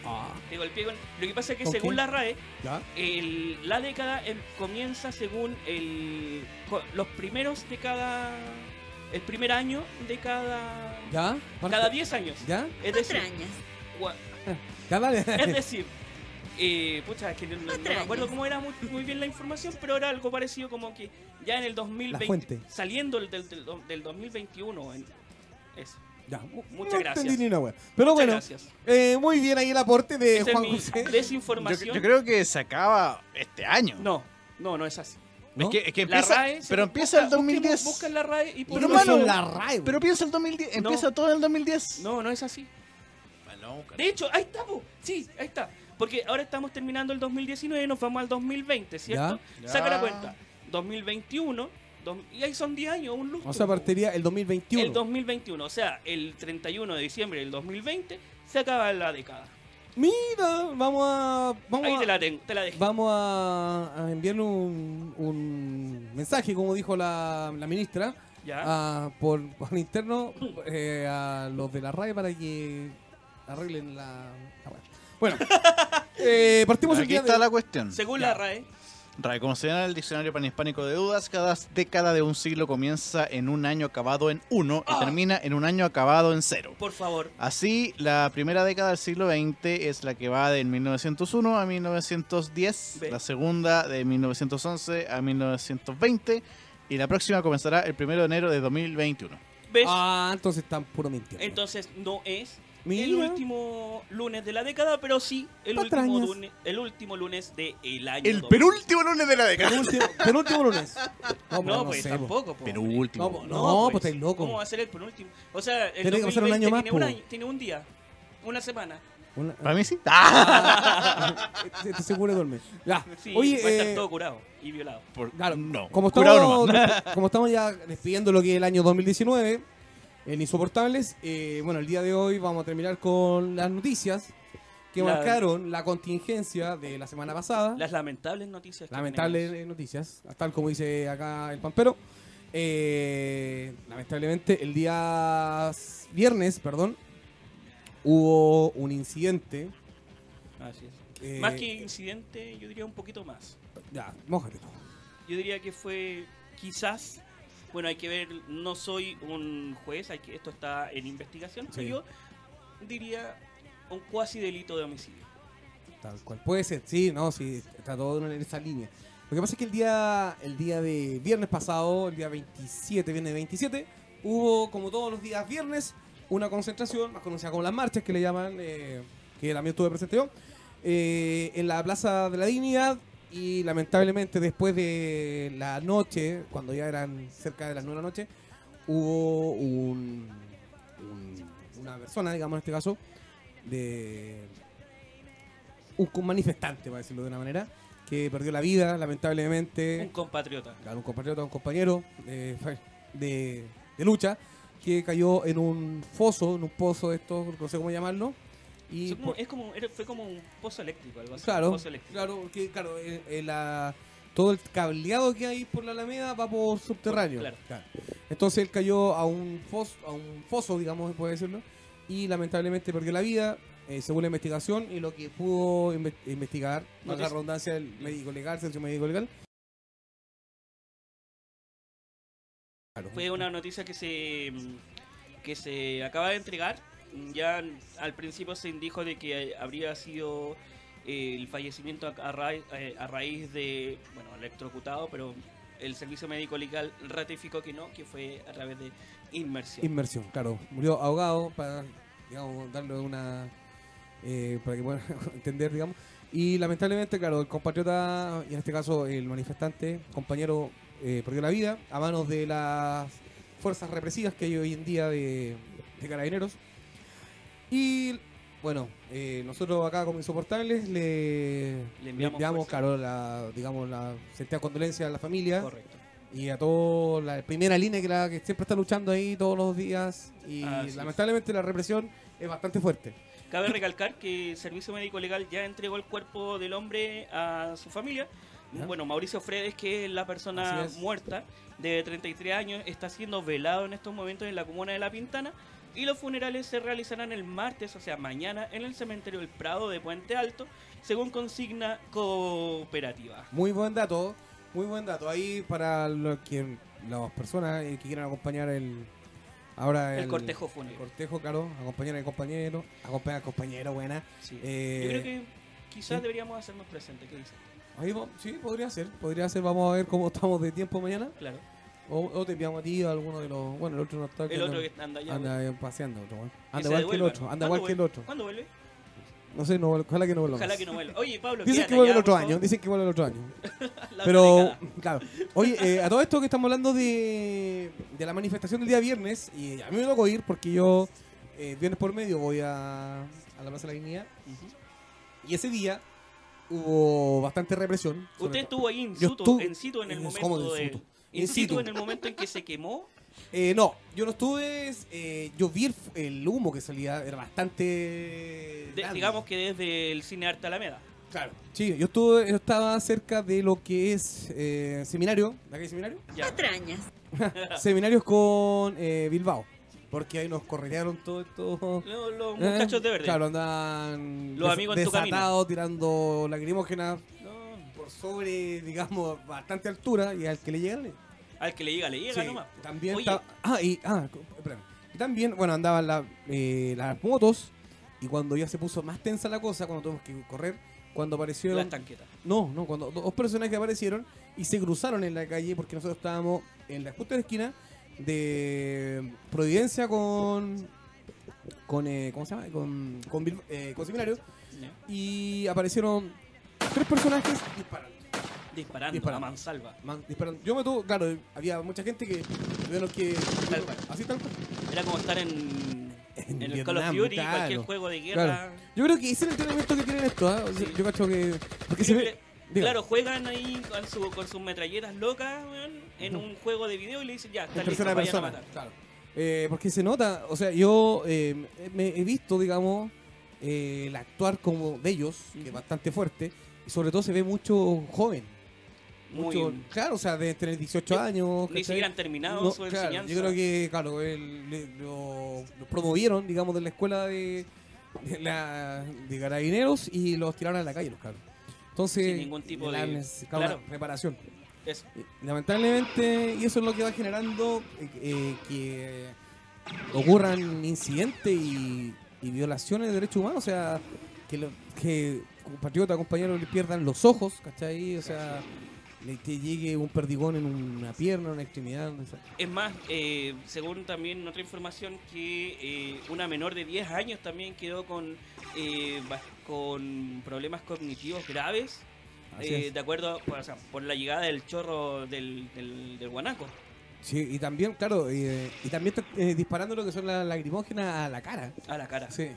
S1: Ah,
S3: Te golpeé con- Lo que pasa es que
S1: ¿Con
S3: según
S1: qué?
S3: la RAE,
S1: ya.
S3: el- la década em- comienza según el, co- los primeros de cada. El primer año de cada.
S1: ¿Ya? parte-
S3: Cada 10 años.
S1: ¿Ya?
S3: Es decir,
S5: Patrañas.
S3: gua-
S1: Cada
S3: es decir, eh, pucha, es que no, no- no me
S5: Patrañas.
S3: acuerdo cómo era muy, muy bien la información, pero era algo parecido como que ya en el
S1: La
S3: 2020,
S1: fuente.
S3: saliendo del, del, del- del 2021, en- eso.
S1: ya.
S3: Muchas
S1: No
S3: gracias.
S1: entendí ni una wea. Pero
S3: Muchas
S1: bueno,
S3: gracias.
S1: eh, muy bien ahí el aporte de
S3: Esa es
S1: Juan
S3: mi
S1: José.
S4: Yo,
S3: desinformación.
S4: yo creo que se acaba este año.
S3: No, no, no es así.
S1: ¿no?
S4: Es que, es que
S3: La
S4: empieza.
S3: RAE. se
S4: pero
S3: busca-
S4: empieza el
S3: busquemos-
S4: 2010.
S3: Busca en la RAE y
S1: Pero
S4: Pero,
S1: no
S4: hermano,
S1: son la RAE,
S4: Pero piensa el 2010.
S3: No.
S4: Empieza todo en el 2010.
S3: No, no es así.
S4: Ah, no, cara.
S3: De hecho, ahí estamos. Sí, ahí está. Porque ahora estamos terminando el 2019 nos vamos al 2020, ¿cierto?
S4: Ya.
S3: Saca la
S4: Ya.
S3: cuenta. 2021, dos- y ahí son 10 años, un lustro.
S1: O sea, partiría el 2021.
S3: El 2021, o sea, el 31 de diciembre del 2020 se acaba la década.
S1: Mira, vamos a. Vamos
S3: Ahí
S1: a,
S3: te la, ten- te la dejé.
S1: vamos a, a enviarle un, un mensaje, como dijo la, la ministra,
S3: Ya.
S1: a- por, por interno eh, a los de la RAE para que arreglen la. la RAE. Bueno, eh, partimos el
S4: Aquí
S1: día
S4: está
S1: de-
S4: la cuestión.
S3: Según
S1: ya.
S3: la RAE,
S4: Ray, como señala el diccionario panhispánico de dudas, cada década de un siglo comienza en un año acabado en 1
S3: Ah.
S4: y termina en un año acabado en 0.
S3: por favor.
S4: Así, la primera década del siglo XX es la que va de 1901 a 1910,
S3: Ve.
S4: la segunda de 1911 a 1920 y la próxima comenzará el 1 de enero de 2021.
S3: ¿Ves?
S1: Ah, entonces están puro mintiendo.
S3: Entonces no es el
S1: Mira.
S3: último lunes de la década, pero sí el, último
S1: Patrañas.
S3: lunes, el último lunes del año.
S4: El
S3: 2000.
S4: penúltimo lunes de la década.
S1: Penúltimo, penúltimo lunes. No,
S3: No,
S1: no
S3: pues
S1: sé, po.
S3: tampoco. po.
S1: No,
S4: Penúltimo.
S1: po, no, pues estáis loco.
S3: ¿Cómo va a ser el penúltimo? O sea, el
S1: Tiene que pasar un
S3: 2020
S1: año más, pues.
S3: Tiene un,
S1: po.
S3: año- tiene un día, una semana.
S1: Una-
S4: Para mí sí. ¡Ah!
S1: Este- este seguro duerme. Ya.
S3: Sí,
S1: Oye,
S3: va a estar
S1: eh,
S3: todo curado y violado.
S4: Por-
S1: Claro,
S4: no.
S1: como,
S4: Curado
S1: estamos,
S4: nomás.
S1: como estamos ya despidiendo lo que es el año 2019 en Insoportables, eh, bueno, el día de hoy vamos a terminar con las noticias que
S3: La-
S1: marcaron la contingencia de la semana pasada.
S3: Las lamentables noticias. que
S1: Lamentables
S3: tenemos.
S1: eh, noticias, tal como dice acá el pampero. Eh, lamentablemente, el día s- viernes, perdón, hubo un incidente.
S3: Así es.
S1: eh,
S3: Más que incidente, yo diría un poquito más.
S1: Ya, mójate tú.
S3: Yo diría que fue quizás, bueno, hay que ver, no soy un juez, hay que, esto está en investigación,
S1: Sí.
S3: pero yo diría un cuasi delito de homicidio.
S1: Tal cual puede ser, sí, no, sí, está todo en esa línea. Lo que pasa es que el día, el día de viernes pasado, el día 27, viernes 27, hubo, como todos los días viernes, una concentración, más conocida como las marchas que le llaman, eh, que también estuve presente yo, eh, en la Plaza de la Dignidad. Y lamentablemente después de la noche, cuando ya eran cerca de las 9 de la noche, hubo un, un- una persona, digamos en este caso, de un, un manifestante, para decirlo de una manera, que perdió la vida,
S3: Un
S1: lamentablemente.
S3: compatriota.
S1: Claro, un compatriota, un compañero eh, fue- de, de lucha, que cayó en un foso, en un pozo de estos, no sé cómo llamarlo. Y
S3: Son como-
S1: por-
S3: es como, era- fue como un pozo eléctrico, algo así. un
S1: claro,
S3: pozo eléctrico.
S1: claro, porque, claro, eh, eh, la- todo el cableado que hay por la Alameda va por subterráneo.
S3: Claro.
S1: Entonces él cayó a un foso, a un foso, digamos, se puede decirlo, y lamentablemente perdió la vida, eh, según la investigación y lo que pudo inve- investigar, más la
S3: Noticias.
S1: redundancia del médico legal, servicio médico legal. Claro.
S3: Fue una noticia que se mm, que se acaba de entregar. Ya al principio se dijo de que habría sido eh, el fallecimiento a, a ra- eh, a raíz de, bueno, electrocutado, pero el servicio médico legal ratificó que no, que fue a través de inmersión.
S1: Inmersión, claro. Murió ahogado para, digamos, darle una... eh, para que puedan entender, digamos. Y lamentablemente, claro, el compatriota, y en este caso el manifestante, compañero, eh, perdió la vida a manos de las fuerzas represivas que hay hoy en día de, de carabineros. Y bueno, eh, nosotros acá como insoportables le,
S3: Le enviamos
S1: enviamos,
S3: fuerza.
S1: claro, la, digamos, la sentida condolencia a la familia
S3: Correcto.
S1: y a toda la primera línea que, la, que siempre está luchando ahí todos los días. Y
S3: Así es.
S1: lamentablemente la represión es bastante fuerte.
S3: Cabe recalcar que el Servicio Médico Legal ya entregó el cuerpo del hombre a su familia.
S1: ¿Ya?
S3: Bueno, Mauricio Fredes, que es la persona
S1: Así es.
S3: muerta de 33 años, está siendo velado en estos momentos en la comuna de La Pintana. Y los funerales se realizarán el martes, o sea, mañana, en el cementerio El Prado de Puente Alto, según consigna cooperativa.
S1: Muy buen dato, muy buen dato. Ahí para los que, las personas eh, que quieran acompañar el. Ahora
S3: El,
S1: el
S3: cortejo
S1: el
S3: fúnebre.
S1: cortejo, claro. Acompañar al compañero. Acompañar al compañero, buena.
S3: Sí.
S1: Eh,
S3: Yo creo que quizás
S1: ¿sí?
S3: deberíamos hacernos presentes, ¿qué dices?
S1: Ahí va- sí, podría ser. Podría ser. Vamos a ver cómo estamos de tiempo mañana.
S3: Claro.
S1: O, o te enviamos a ti a alguno de los. Bueno, el otro no está. que
S3: El otro
S1: no-
S3: que anda allá. pues.
S1: anda eh, paseando. otro, weón.
S3: que
S1: Anda
S3: se
S1: igual que el
S3: devuelva.
S1: otro. Anda
S3: ¿Cuándo
S1: igual que el
S3: vuelve?
S1: otro.
S3: ¿Cuándo vuelve?
S1: No sé, no, vuel- ojalá que no vuelva
S3: Ojalá
S1: más.
S3: que no vuelva. Oye, Pablo,
S1: Dicen
S3: quédate
S1: que vuelve el
S3: ya,
S1: otro
S3: por
S1: año,
S3: favor.
S1: dicen que vuelve el otro año.
S3: La
S1: Pero,
S3: otra
S1: claro. Oye, eh, a todo esto que estamos hablando de, de la manifestación del día viernes, y a mí me tocó ir porque yo eh, viernes por medio voy a, a la Plaza de la Dignidad. Y ese día hubo bastante represión. sobre
S3: Usted
S1: todo-
S3: estuvo ahí in
S1: Yo
S3: situ,
S1: estuve-
S3: en situ en el
S1: es
S3: momento
S1: como de
S3: de-
S1: situ. In
S3: In situ
S1: situ.
S3: en el momento en que se quemó.
S1: Eh, no, yo no estuve. eh, yo vi el, fu- el humo que salía, era bastante.
S3: de-
S1: grande.
S3: digamos que desde el cine Arte Alameda.
S1: Claro. Sí, yo, estuve, yo estaba cerca de lo que es eh, seminario. ¿La calle seminario?
S3: Ya.
S5: Patrañas.
S1: Seminarios con eh, Bilbao. Porque ahí nos corretearon todos estos.
S3: Lo- Los
S1: ¿Eh?
S3: muchachos de verde.
S1: Claro, andan
S3: Los amigos en tu
S1: desatados, tirando lacrimógenas por sobre, digamos, bastante altura y al que le llegan. le-
S3: Al que le llega, le llega
S1: Sí,
S3: nomás.
S1: También
S3: Oye.
S1: ta- Ah, y, ah, co- espérame. Y también, bueno, andaban la- eh, las motos y cuando ya se puso más tensa la cosa, cuando tuvimos que correr, cuando apareció...
S3: Las tanquetas.
S1: No, no, cuando dos personajes aparecieron y se cruzaron en la calle porque nosotros estábamos en la justa de la esquina de Providencia con. con eh, ¿Cómo se llama? Con, con, Bil- eh, con Seminario.
S3: Ya.
S1: Y aparecieron tres personajes disparando.
S3: Disparando,
S1: Disparando.
S3: a mansalva.
S1: man- disparando. Yo me tuve. Claro, había mucha gente que. tuvieron que.
S3: Tal cual.
S1: Así tal cual.
S3: Era como estar en,
S1: En
S3: en, el Call of
S1: Vietnam,
S3: Duty,
S1: claro.
S3: cualquier juego de guerra.
S1: Claro. Yo creo que ese es el entrenamiento que tienen estos. ¿ah? O sea,
S3: Sí.
S1: Yo cacho que. Porque se
S3: Creo
S1: ve.
S3: que-
S1: diga.
S3: Claro, juegan ahí con, su- con sus metralletas locas weón, en un juego de video y le dicen ya, está
S1: en
S3: listo,
S1: tercera
S3: vayan a
S1: persona.
S3: matar.
S1: Claro. Eh, porque se nota, o sea, yo eh, me he visto, digamos, eh, el actuar como de ellos, que es bastante fuerte, y sobre todo se ve mucho joven.
S3: Muy
S1: Mucho,
S3: bien.
S1: claro, o sea, deben tener 18
S3: Yo-
S1: años.
S3: Ni
S1: ¿cachai?
S3: siquiera han terminado
S1: No,
S3: su
S1: claro,
S3: enseñanza.
S1: Yo creo que, claro, el- le- lo, lo promovieron, digamos, de la escuela de, de, la- de carabineros y los tiraron a la calle, los cabros. Entonces,
S3: Sin ningún tipo
S1: la-
S3: de-
S1: claro,
S3: claro.
S1: reparación.
S3: Eso.
S1: Eh, Lamentablemente, y eso es lo que va generando eh, eh, que ocurran incidentes y, y violaciones de derechos humanos, o sea, que, lo- que compatriotas, compañeros le pierdan los ojos, ¿cachai? O sea, le, que llegue un perdigón en una pierna, en una extremidad, no sé.
S3: Es más, eh, según también otra información, que eh, una menor de 10 años también quedó con, eh, bas- con problemas cognitivos graves,
S1: Así
S3: eh,
S1: es.
S3: de acuerdo por, o sea, por la llegada del chorro del, del, del guanaco.
S1: Sí, y también, claro, eh, y también está, eh, disparando lo que son las lacrimógenas a la cara.
S3: A la cara.
S1: Sí.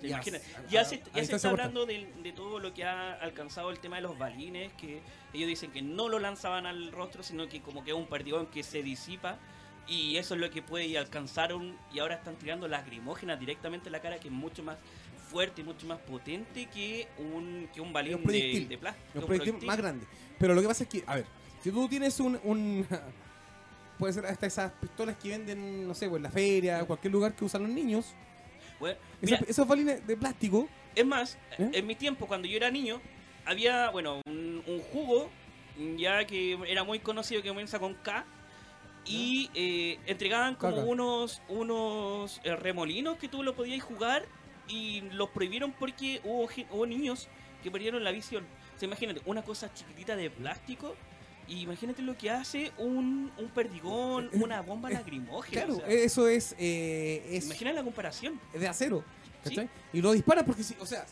S3: ¿Te
S1: Ya,
S3: imaginas?
S1: a-
S3: Ya
S1: a-
S3: se,
S1: a
S3: ya se
S1: distancia
S3: está
S1: corta.
S3: hablando del- de, todo lo que ha alcanzado el tema de los balines, que ellos dicen que no lo lanzaban al rostro, sino que como que es un perdigón que se disipa. Y eso es lo que puede y alcanzaron y ahora están tirando lacrimógenas directamente en la cara, que es mucho más fuerte y mucho más potente que un, que un balín de,
S1: proyectil.
S3: de plástico.
S1: Es un
S3: un
S1: proyectil
S3: proyectil.
S1: más grande. Pero lo que pasa es que, a ver, si tú tienes un. un- puede ser hasta esas pistolas que venden, no sé, pues, en la feria, en cualquier lugar que usan los niños.
S3: Bueno, mira,
S1: Esas, esos balines de plástico.
S3: Es más,
S1: ¿Eh?
S3: en mi tiempo, cuando yo era niño, había, bueno, un, un jugo, ya que era muy conocido, que comienza con K, y eh, entregaban como
S1: Caca.
S3: unos, unos eh, remolinos que tú lo podías jugar, y los prohibieron porque hubo, gen- hubo niños que perdieron la visión. O sea, imagínate, una cosa chiquitita de plástico, y imagínate lo que hace un, un perdigón, una bomba lacrimógena.
S1: Eh, Claro,
S3: o sea,
S1: eso es. eh, es
S3: imagina la comparación.
S1: es de acero. ¿cachai? Y lo disparas porque, sí, o sea,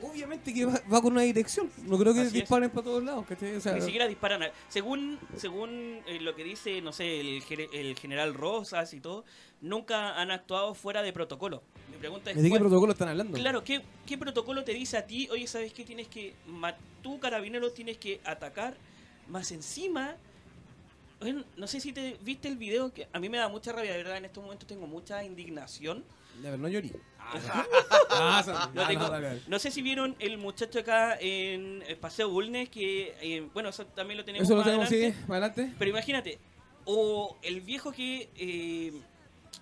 S1: obviamente que va, va con una dirección. No creo que
S3: Así es.
S1: disparen para todos lados. ¿cachai? O sea,
S3: Ni siquiera disparan. a- Según, según eh, lo que dice, no sé, el, gere- el general Rosas y todo, nunca han actuado fuera de protocolo. Mi pregunta es,
S1: ¿de qué
S3: ¿cuál-
S1: protocolo están hablando?
S3: claro, ¿qué, qué protocolo te dice a ti? Oye, ¿sabes qué? Tienes que, ma- tú carabinero tienes que atacar, más encima... bueno, no sé si te viste el video, que a mí me da mucha rabia, de verdad, en estos momentos tengo mucha indignación.
S1: A ver, no llorí.
S3: Ah,
S1: no,
S3: no, tengo-
S1: dale, dale.
S3: no sé si vieron el muchacho acá en el Paseo Bulnes, que, eh, bueno, eso también lo tenemos
S1: Eso lo
S3: más
S1: tenemos,
S3: adelante.
S1: sí, adelante.
S3: Pero imagínate, o el viejo que, eh,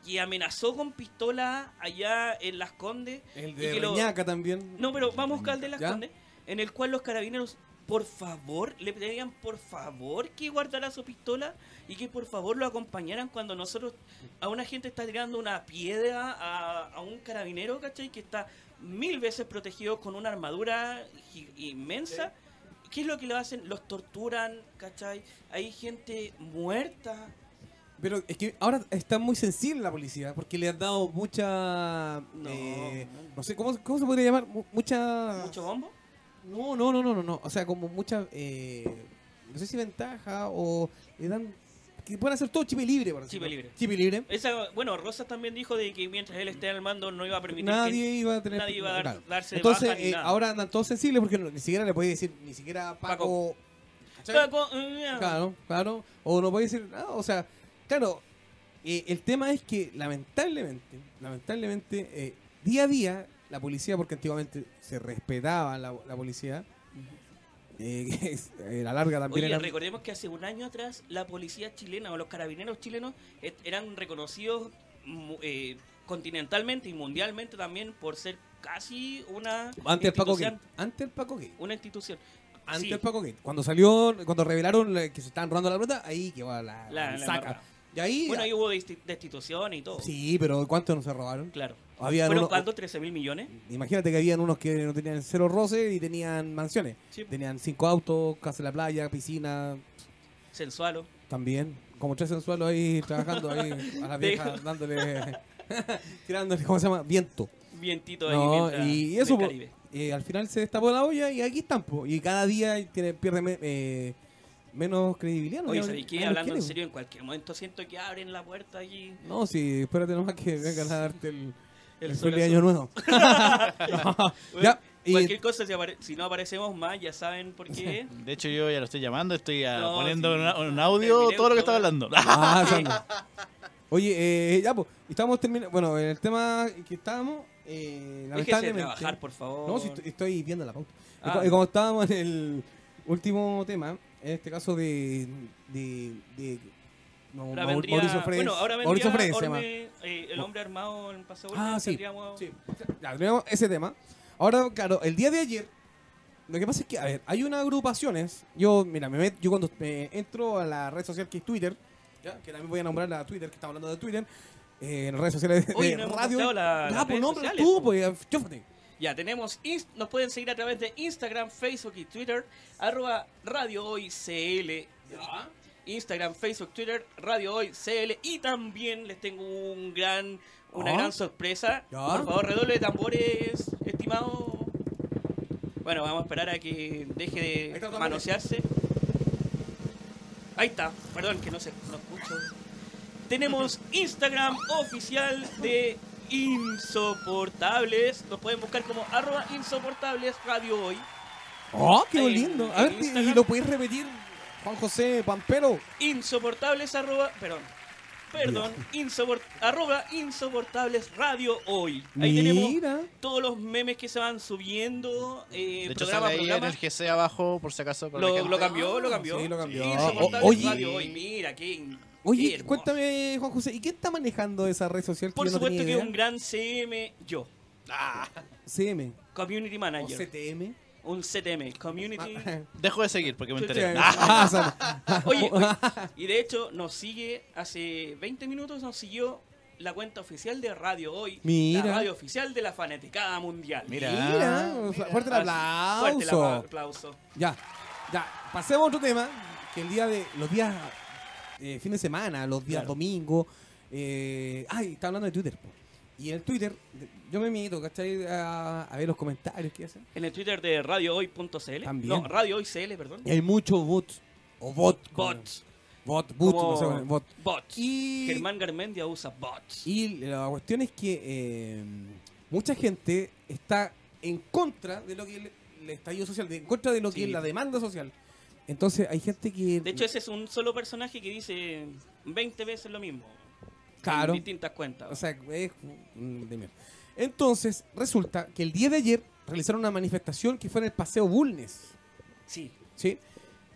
S3: que amenazó con pistola allá en Las Condes.
S1: El
S3: y
S1: de
S3: que lo-
S1: Reñaca también.
S3: No, pero vamos acá al de Las
S1: ¿Ya?
S3: Condes, en el cual los carabineros, por favor, le pedían por favor que guardara su pistola y que por favor lo acompañaran cuando nosotros, a una gente está tirando una piedra a, a un carabinero, ¿cachai? Que está mil veces protegido con una armadura gi- inmensa. ¿Qué es lo que le hacen? Los torturan, ¿cachai? Hay gente muerta.
S1: Pero es que ahora está muy sensible la policía porque le han dado mucha. No,
S3: No.
S1: no sé, ¿cómo, ¿cómo se podría llamar? Mu- Mucha.
S3: ¿Mucho bombo?
S1: No, no, no, no, no, no. O sea, como mucha. eh, no sé si ventaja o le dan. Que pueden hacer todo chip y libre, por
S3: Chip y
S1: decirlo.
S3: libre.
S1: Chip y libre.
S3: Esa, bueno, Rosas también dijo de que mientras él esté al mando no iba a permitir
S1: Nadie
S3: que
S1: iba a tener.
S3: nadie iba a dar-
S1: claro.
S3: darse de
S1: Entonces,
S3: baja ni
S1: eh,
S3: nada.
S1: ahora andan todos sensibles porque no- ni siquiera le podéis decir, ni siquiera Paco.
S3: Paco.
S1: ¿Cachai?
S3: Paco, eh,
S1: Claro, claro. O no puede decir nada. O sea, claro, eh, el tema es que lamentablemente, lamentablemente, eh, día a día, la policía, porque antiguamente se respetaba la, la policía, eh, que es- eh, la larga también
S3: Oye,
S1: era-
S3: recordemos que hace un año atrás la policía chilena o los carabineros chilenos eh, eran reconocidos mu- eh, continentalmente y mundialmente también por ser casi una
S1: Antes el Paco Gate.
S3: institución.
S1: Antes el Paco Gate.
S3: Una institución.
S1: Antes
S3: Sí,
S1: el Paco Gate. Cuando salió, cuando revelaron eh, que se estaban robando la plata, ahí que va la,
S3: La- la
S1: saca.
S3: embarrada.
S1: Y ahí.
S3: Bueno, ahí hubo desti- destituciones y todo.
S1: sí, pero ¿cuántos no se robaron?
S3: Claro.
S1: Habían
S3: ¿Fueron
S1: unos-
S3: cuánto? ¿13 mil millones?
S1: Imagínate que habían unos que no tenían cero roce y tenían mansiones.
S3: Sí.
S1: Tenían cinco autos, casa en la playa, piscina,
S3: Sensualo.
S1: también. Como tres sensualos ahí trabajando ahí a las viejas, dándole. tirándole, ¿cómo se llama? Viento.
S3: Vientito ahí.
S1: No,
S3: mientras-
S1: y
S3: del
S1: eso, po,
S3: Caribe.
S1: eh, al final se destapó la olla y aquí están, po. Y cada día tiene, pierde me- eh, menos credibilidad. ¿no?
S3: Oye,
S1: Ya-
S3: ¿sabéis
S1: ya
S3: qué?
S1: no
S3: Hablando en
S1: quieren.
S3: serio, en cualquier momento siento que abren la puerta allí.
S1: No, sí, espérate nomás que vengan a darte el, el,
S3: El
S1: sol
S3: sol
S1: de
S3: azul.
S1: año nuevo. No, ya, y-
S3: Cualquier cosa, si, apare- si no aparecemos más, ya saben por qué.
S4: De hecho, yo ya lo estoy llamando, estoy ah,
S3: No,
S4: poniendo
S3: sí.
S4: en una- en un audio
S3: Terminé
S4: todo lo que estaba
S3: todo.
S4: hablando.
S1: Ah, Sandra. Oye, eh, ya, pues, estamos terminando. Bueno, el tema que estábamos, eh,
S3: Déjese de
S1: lamentablemente.
S3: trabajar, por favor.
S1: No, si estoy, estoy viendo la pauta.
S3: Ah.
S1: Y co- Y como estábamos en el último tema, en este caso de. de, de no,
S3: Ahora
S1: Mau-
S3: vendría-
S1: Mauricio Fredes.
S3: Bueno, ahora vendría
S1: Mauricio Fredes se llama.
S3: Orme, eh, el hombre armado en Paseo
S1: Ah,
S3: Bolívar,
S1: sí.
S3: tendríamos-
S1: sí. Ya, tenemos ese tema. Ahora, claro, el día de ayer, lo que pasa es que, a ver, hay unas agrupaciones. Yo, mira, me met- yo cuando eh, entro a la red social que es Twitter, ¿ya? que también voy a nombrar la Twitter, que estamos hablando de Twitter, eh, en redes sociales de,
S3: Oye,
S1: de
S3: no hemos
S1: radio.
S3: contado la-
S1: Ya,
S3: las
S1: pues
S3: redes
S1: nombra
S3: sociales,
S1: tú,
S3: po.
S1: pues, chófate.
S3: Ya, tenemos. ins- Nos pueden seguir a través de Instagram, Facebook y Twitter. Arroba Radio Hoy CL. Instagram, Facebook, Twitter, Radio Hoy CL. Y también les tengo un gran, una
S1: Ya.
S3: gran sorpresa.
S1: Ah. Ya.
S3: Por favor, redoble de tambores, estimado. Bueno, vamos a esperar a que deje
S1: está,
S3: de
S1: tambores.
S3: manosearse. Ahí está, perdón que no se no escucho. Tenemos Instagram oficial de Insoportables. Nos pueden buscar como arroba insoportables radio hoy.
S1: Oh, qué
S3: En-
S1: lindo. A
S3: en
S1: ver, y- y
S3: Instagram.
S1: lo puedes repetir, Juan José Pampero.
S3: Insoportables arroba. Perdón. Perdón. insopor- arroba insoportables radio hoy. Ahí tenemos
S1: Mira.
S3: todos los memes que se van subiendo. eh,
S4: De hecho,
S3: programa a
S4: sale ahí en
S3: programa.
S4: el GC abajo, por si acaso. para la
S3: Lo,
S4: gente.
S3: lo cambió, lo cambió.
S1: Sí, lo cambió.
S3: Insoportables
S1: O- oye.
S3: radio hoy. Mira, qué. qué
S1: Oye,
S3: hermoso.
S1: cuéntame, Juan José, ¿y quién está manejando esa red social? que
S3: Por
S1: yo no
S3: supuesto
S1: tenía
S3: que
S1: idea?
S3: un gran CM, yo.
S1: CM
S3: Community
S1: o
S3: Manager.
S1: CTM.
S3: Un CTM, Community.
S4: Dejo de seguir porque me enteré.
S1: Ah, Sandra.
S3: Oye, oye, y de hecho nos sigue, hace 20 minutos nos siguió la cuenta oficial de Radio Hoy.
S1: Mira.
S3: La radio oficial de la fanaticada mundial.
S4: Mira.
S1: Mira, o sea, fuerte el
S3: Así, Fuerte el
S1: aplauso.
S3: aplauso.
S1: Ya, ya, pasemos a otro tema, que el día de los días eh, fin de semana, los días
S3: Claro.
S1: domingo, eh, ay, está hablando de Twitter. po. Y en el Twitter, de- yo me meto, ¿cachai? A, a ver los comentarios que hacen.
S3: En el Twitter de radiohoy.cl.
S1: También.
S3: No, Radio Hoy CL, perdón.
S1: Y hay muchos bots. O bot. como-
S3: Bots.
S1: Bot, bots,
S3: Como-
S1: no sé, bueno, bot.
S3: Bots.
S1: Y,
S3: Germán Garmendia usa bots.
S1: y la cuestión es que eh, mucha gente está en contra de lo que el, el estallido social, de- en contra de lo que
S3: Sí.
S1: es la demanda social. Entonces hay gente que...
S3: De hecho, ese es un solo personaje que dice 20 veces lo mismo.
S1: Claro.
S3: En distintas cuentas.
S1: O sea, es un- de mierda. Entonces, resulta que el día de ayer realizaron una manifestación que fue en el Paseo Bulnes,
S3: sí.
S1: ¿sí?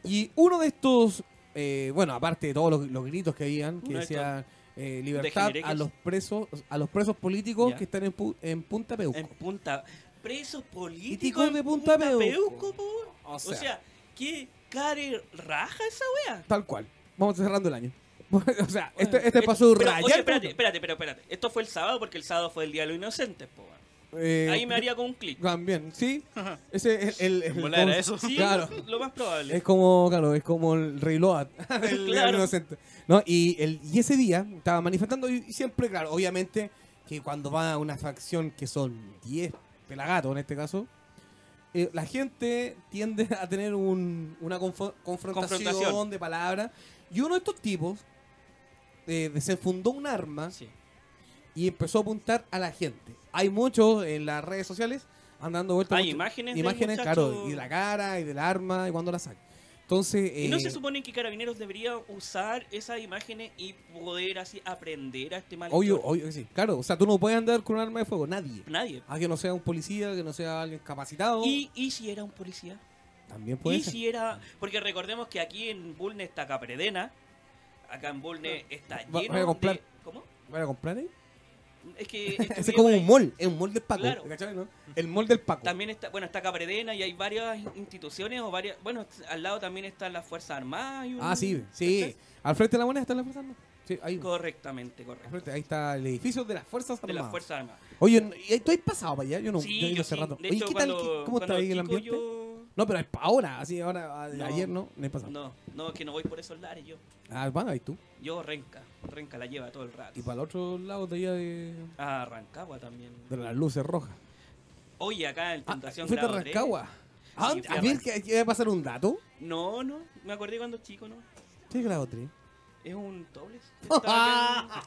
S1: Y uno de estos, eh, bueno, aparte de todos los, los gritos que habían, que
S3: Uno de
S1: decían eh, libertad
S3: degenereques.
S1: a los presos a los presos políticos
S3: Ya.
S1: que están en, Pu- en Punta Peuco.
S3: En Punta. Presos
S1: Típico
S3: políticos
S1: de
S3: en
S1: Punta
S3: Punta,
S1: Peuco.
S3: Peuco, po.
S1: O
S3: O
S1: sea.
S3: sea, qué care raja esa wea.
S1: Tal cual. Vamos cerrando el año. o sea, este, este
S3: Esto-
S1: pasó
S3: eh, pero, oye,
S1: rayante.
S3: espérate, espérate, pero espérate. Esto fue el sábado porque el sábado fue el Día de los Inocentes, po. weón.
S1: Eh,
S3: Ahí me haría con un clic.
S1: También, sí. Ese es el. el-
S2: En
S1: el-
S2: bola era eso.
S3: Sí,
S1: Claro.
S3: lo más probable.
S1: Es como, claro, es como el reload del
S3: Claro.
S1: inocente. ¿no? Y, el, y ese día estaba manifestando y, y siempre, claro, obviamente que cuando va a una facción que son 10 pelagatos en este caso, eh, la gente tiende a tener un- una confo- confrontación,
S3: Confrontación.
S1: de palabras. Y uno de estos tipos eh, desenfundó un arma
S3: Sí.
S1: y empezó a apuntar a la gente. Hay muchos en las redes sociales andando vueltas.
S3: Hay
S1: mucho-
S3: imágenes del
S1: Imágenes,
S3: muchacho.
S1: claro, y de la cara, y del arma, y cuando la sacan. Entonces.
S3: ¿Y no
S1: eh,
S3: se supone que Carabineros debería usar esas imágenes y poder así aprender a este mal?
S1: Obvio, obvio que sí. Claro, o sea, tú no puedes andar con un arma de fuego, nadie.
S3: Nadie.
S1: A que no sea un policía, que no sea alguien capacitado.
S3: ¿Y, y si era un policía?
S1: también Oh. puede
S3: ¿Y
S1: ser.
S3: si era...? Porque recordemos que aquí en Bulne está Capredena. Acá en Bulne está
S1: Va-
S3: lleno
S1: voy a comprar.
S3: de... ¿Cómo?
S1: ¿Van a comprar ahí?
S3: Es que...
S1: Ese es
S3: estuvieron
S1: como
S3: ahí.
S1: un mall, es un mall del Paco.
S3: Claro.
S1: ¿cachai, no? El mall del Paco.
S3: También está, bueno, está Capredena y hay varias instituciones o varias... Bueno, al lado también están las Fuerzas Armadas y un-
S1: Ah, sí, sí.
S3: ¿cachai?
S1: Al frente de la moneda está la Fuerza Armada. Sí, ahí.
S3: Correctamente,
S1: Al
S3: correcto.
S1: frente, ahí está el edificio de las Fuerzas
S3: De
S1: Armadas.
S3: las Fuerzas Armadas.
S1: Oye, ¿no- ¿y ¿tú has pasado para allá? Yo no,
S3: sí,
S1: yo he ido
S3: yo
S1: hace
S3: sí.
S1: rato.
S3: De
S1: Oye,
S3: hecho,
S1: ¿qué tal?
S3: cuando,
S1: ¿Qué- ¿Cómo está
S3: cuando
S1: ahí el
S3: chico
S1: ambiente?
S3: yo-
S1: No, pero es pa' ahora, así, ahora, a-
S3: No.
S1: ayer no, no he pasado.
S3: No, no, es que no voy por esos lares yo.
S1: Ah, bueno, ahí tú.
S3: Yo renca, renca la lleva todo el rato.
S1: Y para el otro lado de allá de,
S3: A Rancagua también.
S1: de las luces rojas.
S3: Oye, acá en
S1: Ah,
S3: Tentación
S1: fuiste a
S3: Grado tres.
S1: Rancagua. Ah,
S3: Sí, fui
S1: a
S3: a
S1: ver,
S3: Ran-
S1: que que va a pasar un dato.
S3: No, no, me acordé cuando chico, ¿no?
S1: Sí, grado 3.
S3: Es un dobles. Yo estaba acá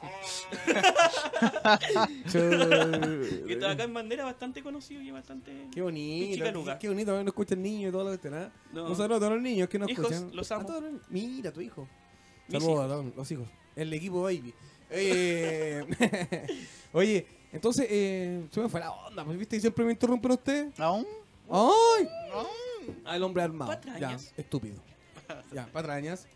S1: Ah,
S3: en- yo estaba acá en bandera bastante conocido y bastante.
S1: Qué bonito.
S3: Pichica Luga.
S1: Qué, qué bonito, a ver, no escuchan niños y todo lo que están.
S3: No.
S1: No. Un saludo a todos los niños que no
S3: Hijos,
S1: escuchan.
S3: los amo.
S1: A todos los- Mira, tu hijo.
S3: Mis
S1: Saludos a todos los hijos. El equipo baby. Oye, oye entonces, eh, se me fue la onda. pues, ¿Viste? Y siempre me interrumpen ustedes.
S4: Aún.
S1: ¡Ay! Al hombre armado.
S3: Mm. Patrañas.
S1: Ya, estúpido. Ya, patrañas.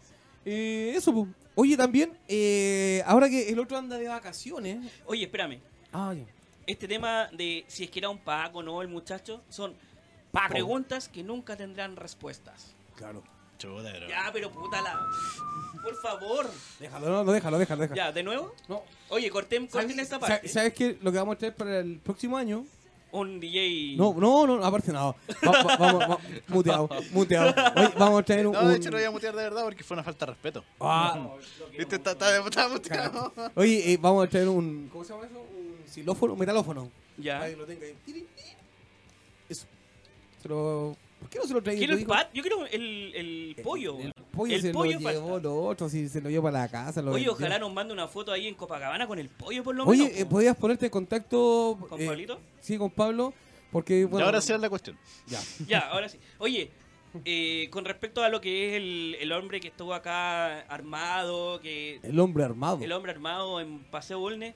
S1: Eh, eso, pues. Oye, también, eh, ahora que el otro anda de vacaciones.
S3: Oye, espérame.
S1: Ah, ya.
S3: Este tema de si es que era un paco o no el muchacho son
S1: Paco.
S3: preguntas que nunca tendrán respuestas.
S1: Claro.
S2: Chuta, pero-
S3: Ya, pero puta la. Por favor.
S1: Déjalo, no, no, déjalo, déjalo, déjalo.
S3: Ya, de nuevo.
S1: No.
S3: Oye, corten, corten esta
S1: sa-
S3: parte.
S1: ¿Sabes qué? Lo que vamos a traer para el próximo año.
S3: Un DJ.
S1: No, no, no, aparte no. Va- va- vamos, va- muteado, muteado. Oye, vamos a traer un.
S4: No, de hecho
S1: un-
S4: lo voy a mutear de verdad porque fue una falta de respeto.
S1: Ah,
S4: Viste, está, está, está muteado.
S1: Oye, eh, vamos a traer un. ¿Cómo se llama eso? Un xilófono, un metalófono.
S3: Ya.
S1: Para que lo tenga ahí. Tiri, tiri. Eso. Se lo- ¿Por qué no se lo trae?
S3: Quiero
S1: lo
S3: el
S1: digo?
S3: pat, yo quiero el, el pollo.
S1: El
S3: weón.
S1: pollo
S3: El
S1: se
S3: pollo
S1: lo llevó
S3: falta.
S1: lo otro, si se lo llevó para la casa. Lo
S3: Oye,
S1: vendió.
S3: ojalá nos mande una foto ahí en Copacabana con el pollo por lo menos.
S1: Oye, eh,
S3: po.
S1: ¿podías ponerte en contacto
S3: ¿Con
S1: eh,
S3: Pablito?
S1: Sí, con Pablo. Porque,
S4: Y
S1: bueno.
S4: ahora sí es la cuestión.
S1: Ya.
S3: Ya, ahora sí. Oye, eh, con respecto a lo que es el, el hombre que estuvo acá armado, que
S1: El hombre armado.
S3: el hombre armado en Paseo Bulnes,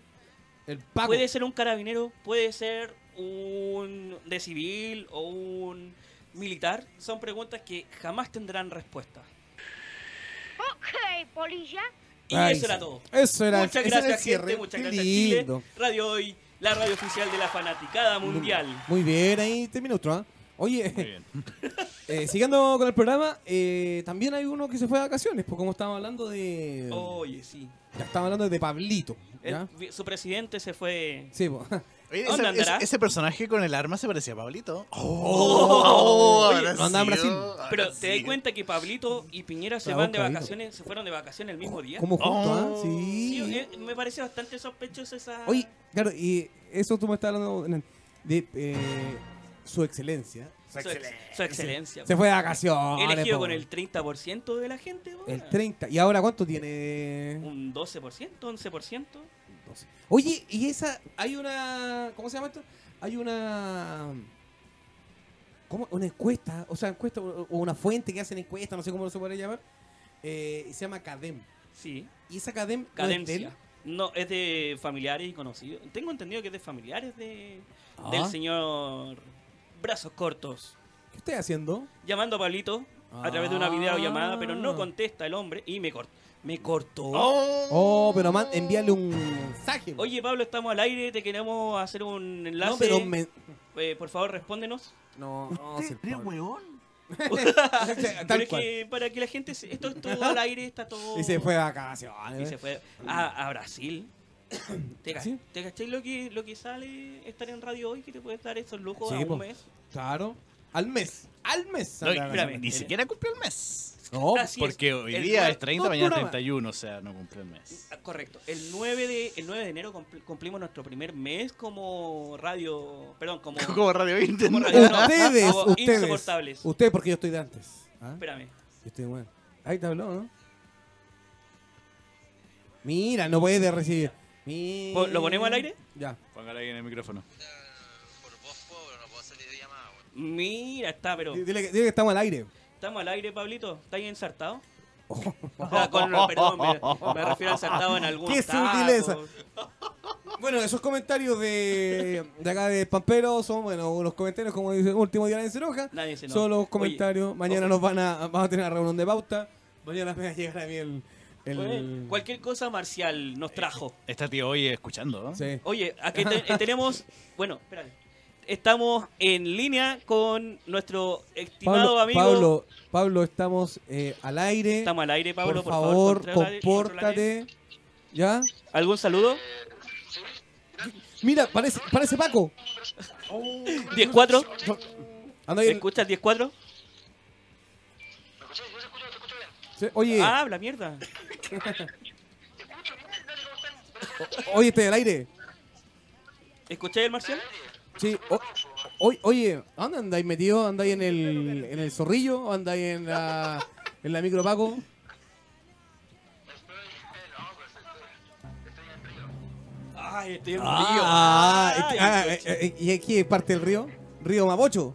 S1: El Paco.
S3: puede ser un carabinero, puede ser un de civil o un militar. Son preguntas que jamás tendrán respuesta.
S5: Ok, polilla.
S3: Y
S1: Ay,
S3: eso era
S1: sí.
S3: todo.
S1: Eso era
S3: muchas
S1: ese era el
S3: gracias,
S1: cierre.
S3: gente. Muchas
S1: Qué
S3: gracias,
S1: lindo.
S3: Chile. Radio Hoy, la radio oficial de la fanaticada mundial.
S1: Muy bien, ahí termina otro. ¿ah? Oye,
S2: Muy bien.
S1: eh, siguiendo con el programa, eh, también hay uno que se fue de vacaciones, porque como estábamos hablando de.
S3: Oye, sí.
S1: Ya estábamos hablando de Pablito. ¿ya?
S3: Oh. El- vi- su presidente se fue.
S1: Sí, pues. po.
S4: Oye,
S3: ¿Dónde
S4: ese,
S3: andará?
S4: ese- ese personaje con el arma se parecía a Pablito. Oh,
S1: Oye, no andaba en Brasil.
S4: Ah,
S3: Pero te
S4: eh.
S3: das cuenta que Pablito y Piñera se
S1: La
S3: van de
S1: boca, Pablito.
S3: vacaciones, se fueron de vacaciones el mismo día.
S1: como junto, ¿ah?
S4: Oh.
S1: Sí.
S3: Sí, eh, me parece bastante sospechoso esa.
S1: Oye, claro, y eso tú me estás hablando Hernán, de eh, su excelencia.
S3: su, ex- su excelencia.
S1: Se fue de vacaciones.
S3: pues. Elegido
S1: po.
S3: con el 30% de la gente. weón.
S1: El 30. ¿Y ahora cuánto tiene?
S3: Un 12%, 11%.
S1: Doce. Oye, y esa. Hay una. ¿Cómo se llama esto? Hay una. ¿Cómo? Una encuesta. O sea, encuesta o o una fuente que hacen encuesta, no sé cómo se puede llamar. eh, y se llama CADEM.
S3: Sí.
S1: Y esa CADEM. no es de él.
S3: Cadencia. No, es de familiares y conocidos. Tengo entendido que es de familiares de,
S1: Ah.
S3: del señor Brazos Cortos.
S1: ¿Qué estoy haciendo?
S3: Llamando a Pablito a través de una
S1: Ah.
S3: videollamada, pero no contesta el hombre y me, cort- me cortó.
S1: Oh, pero man, envíale un mensaje.
S3: Oye, Pablo, estamos al aire, te queremos hacer un enlace.
S1: no, pero. me-
S3: Eh, por favor, respóndenos.
S1: No, no, si el Pablo-
S4: huevón?
S3: Pero
S1: Tal
S3: es
S1: cual.
S3: que para que la gente. se- Esto es todo al aire, está todo.
S1: Y se fue de vacaciones.
S3: Y se fue a, a Brasil. ¿Te, ca-
S1: ¿Sí?
S3: te cachai lo que, lo que sale estar en radio hoy que te puedes dar esos lujos
S1: Sí,
S3: a un
S1: po.
S3: mes?
S1: Claro. Al mes. Al mes.
S4: No, y-
S1: Sandra
S3: espérame. Ah,
S1: Garzón.
S4: Ni siquiera cumplió el mes.
S1: No,
S3: Así es.
S4: Porque hoy
S3: El
S4: día
S3: cuarto
S4: es 30, mañana es
S1: programa.
S4: 31, o sea, no cumplió el mes.
S3: Ah, Correcto. El 9 de, el 9 de enero cumpl- cumplimos nuestro primer mes como radio. Perdón, como.
S4: Como Radio
S3: como
S4: Internet.
S3: radio- Ah, no,
S1: ustedes,
S3: como
S1: ustedes.
S3: Insoportables.
S1: Ustedes, porque yo estoy de antes. ¿ah?
S3: Espérame.
S1: Yo estoy bueno. Ahí te habló, ¿no? Mira, no puede recibir. Mira.
S3: ¿Lo ponemos al aire?
S1: Ya.
S4: Póngale ahí en el micrófono.
S5: por voz pobre, no puedo salir de llamada, weón.
S3: Mira, está, pero.
S1: Dile que, dile que estamos al aire.
S3: ¿Estamos al aire, Pablito? ¿Está ahí ensartado?
S1: Oh.
S3: O sea, con- perdón, me, me refiero a ensartado en algún
S1: ¡Qué
S3: taco.
S1: sutileza! Bueno, esos comentarios de, de acá de Pampero son, bueno, los comentarios, como dice último día de Ceroja.
S3: Nadie se enoja.
S1: Son los
S3: Oye,
S1: comentarios. Mañana
S3: ojo.
S1: nos van a, vamos a tener la reunión de pauta. Mañana me va a llegar a mí el. el-
S3: Oye, Cualquier cosa marcial nos trajo.
S4: Está tío hoy escuchando, ¿no?
S1: Sí.
S3: Oye, aquí te- eh, tenemos. Bueno, espérate. Estamos en línea con nuestro estimado
S1: Pablo,
S3: amigo.
S1: Pablo, Pablo, estamos eh, al aire.
S3: Estamos al aire, Pablo.
S1: por, favor,
S3: controla- controlate.
S1: compórtate. ¿Ya?
S3: ¿Algún saludo?
S1: Mira, parece, parece Paco.
S3: 10-4.
S1: Anda ahí
S3: ¿Me
S1: el-
S3: escuchas 10-4?
S5: ¿Me escucháis? Yo se escucho, te escucho bien.
S1: sí, oye,
S3: Ah, habla mierda.
S5: Te escucho bien, dale, ¿cómo están?
S1: o- oye, estoy al aire.
S3: ¿Escucháis el marcial?
S1: Sí, o- o- oye, ¿a ¿dónde andáis metido? ¿Andáis en el, en el zorrillo? ¿O ¿Andáis en la, en la micro Paco?
S3: Ay, estoy en un río.
S1: Ah,
S3: Ay,
S1: es que- ah, eh,
S3: coche.
S1: eh, ¿y aquí es parte del río? ¿Río Mapocho?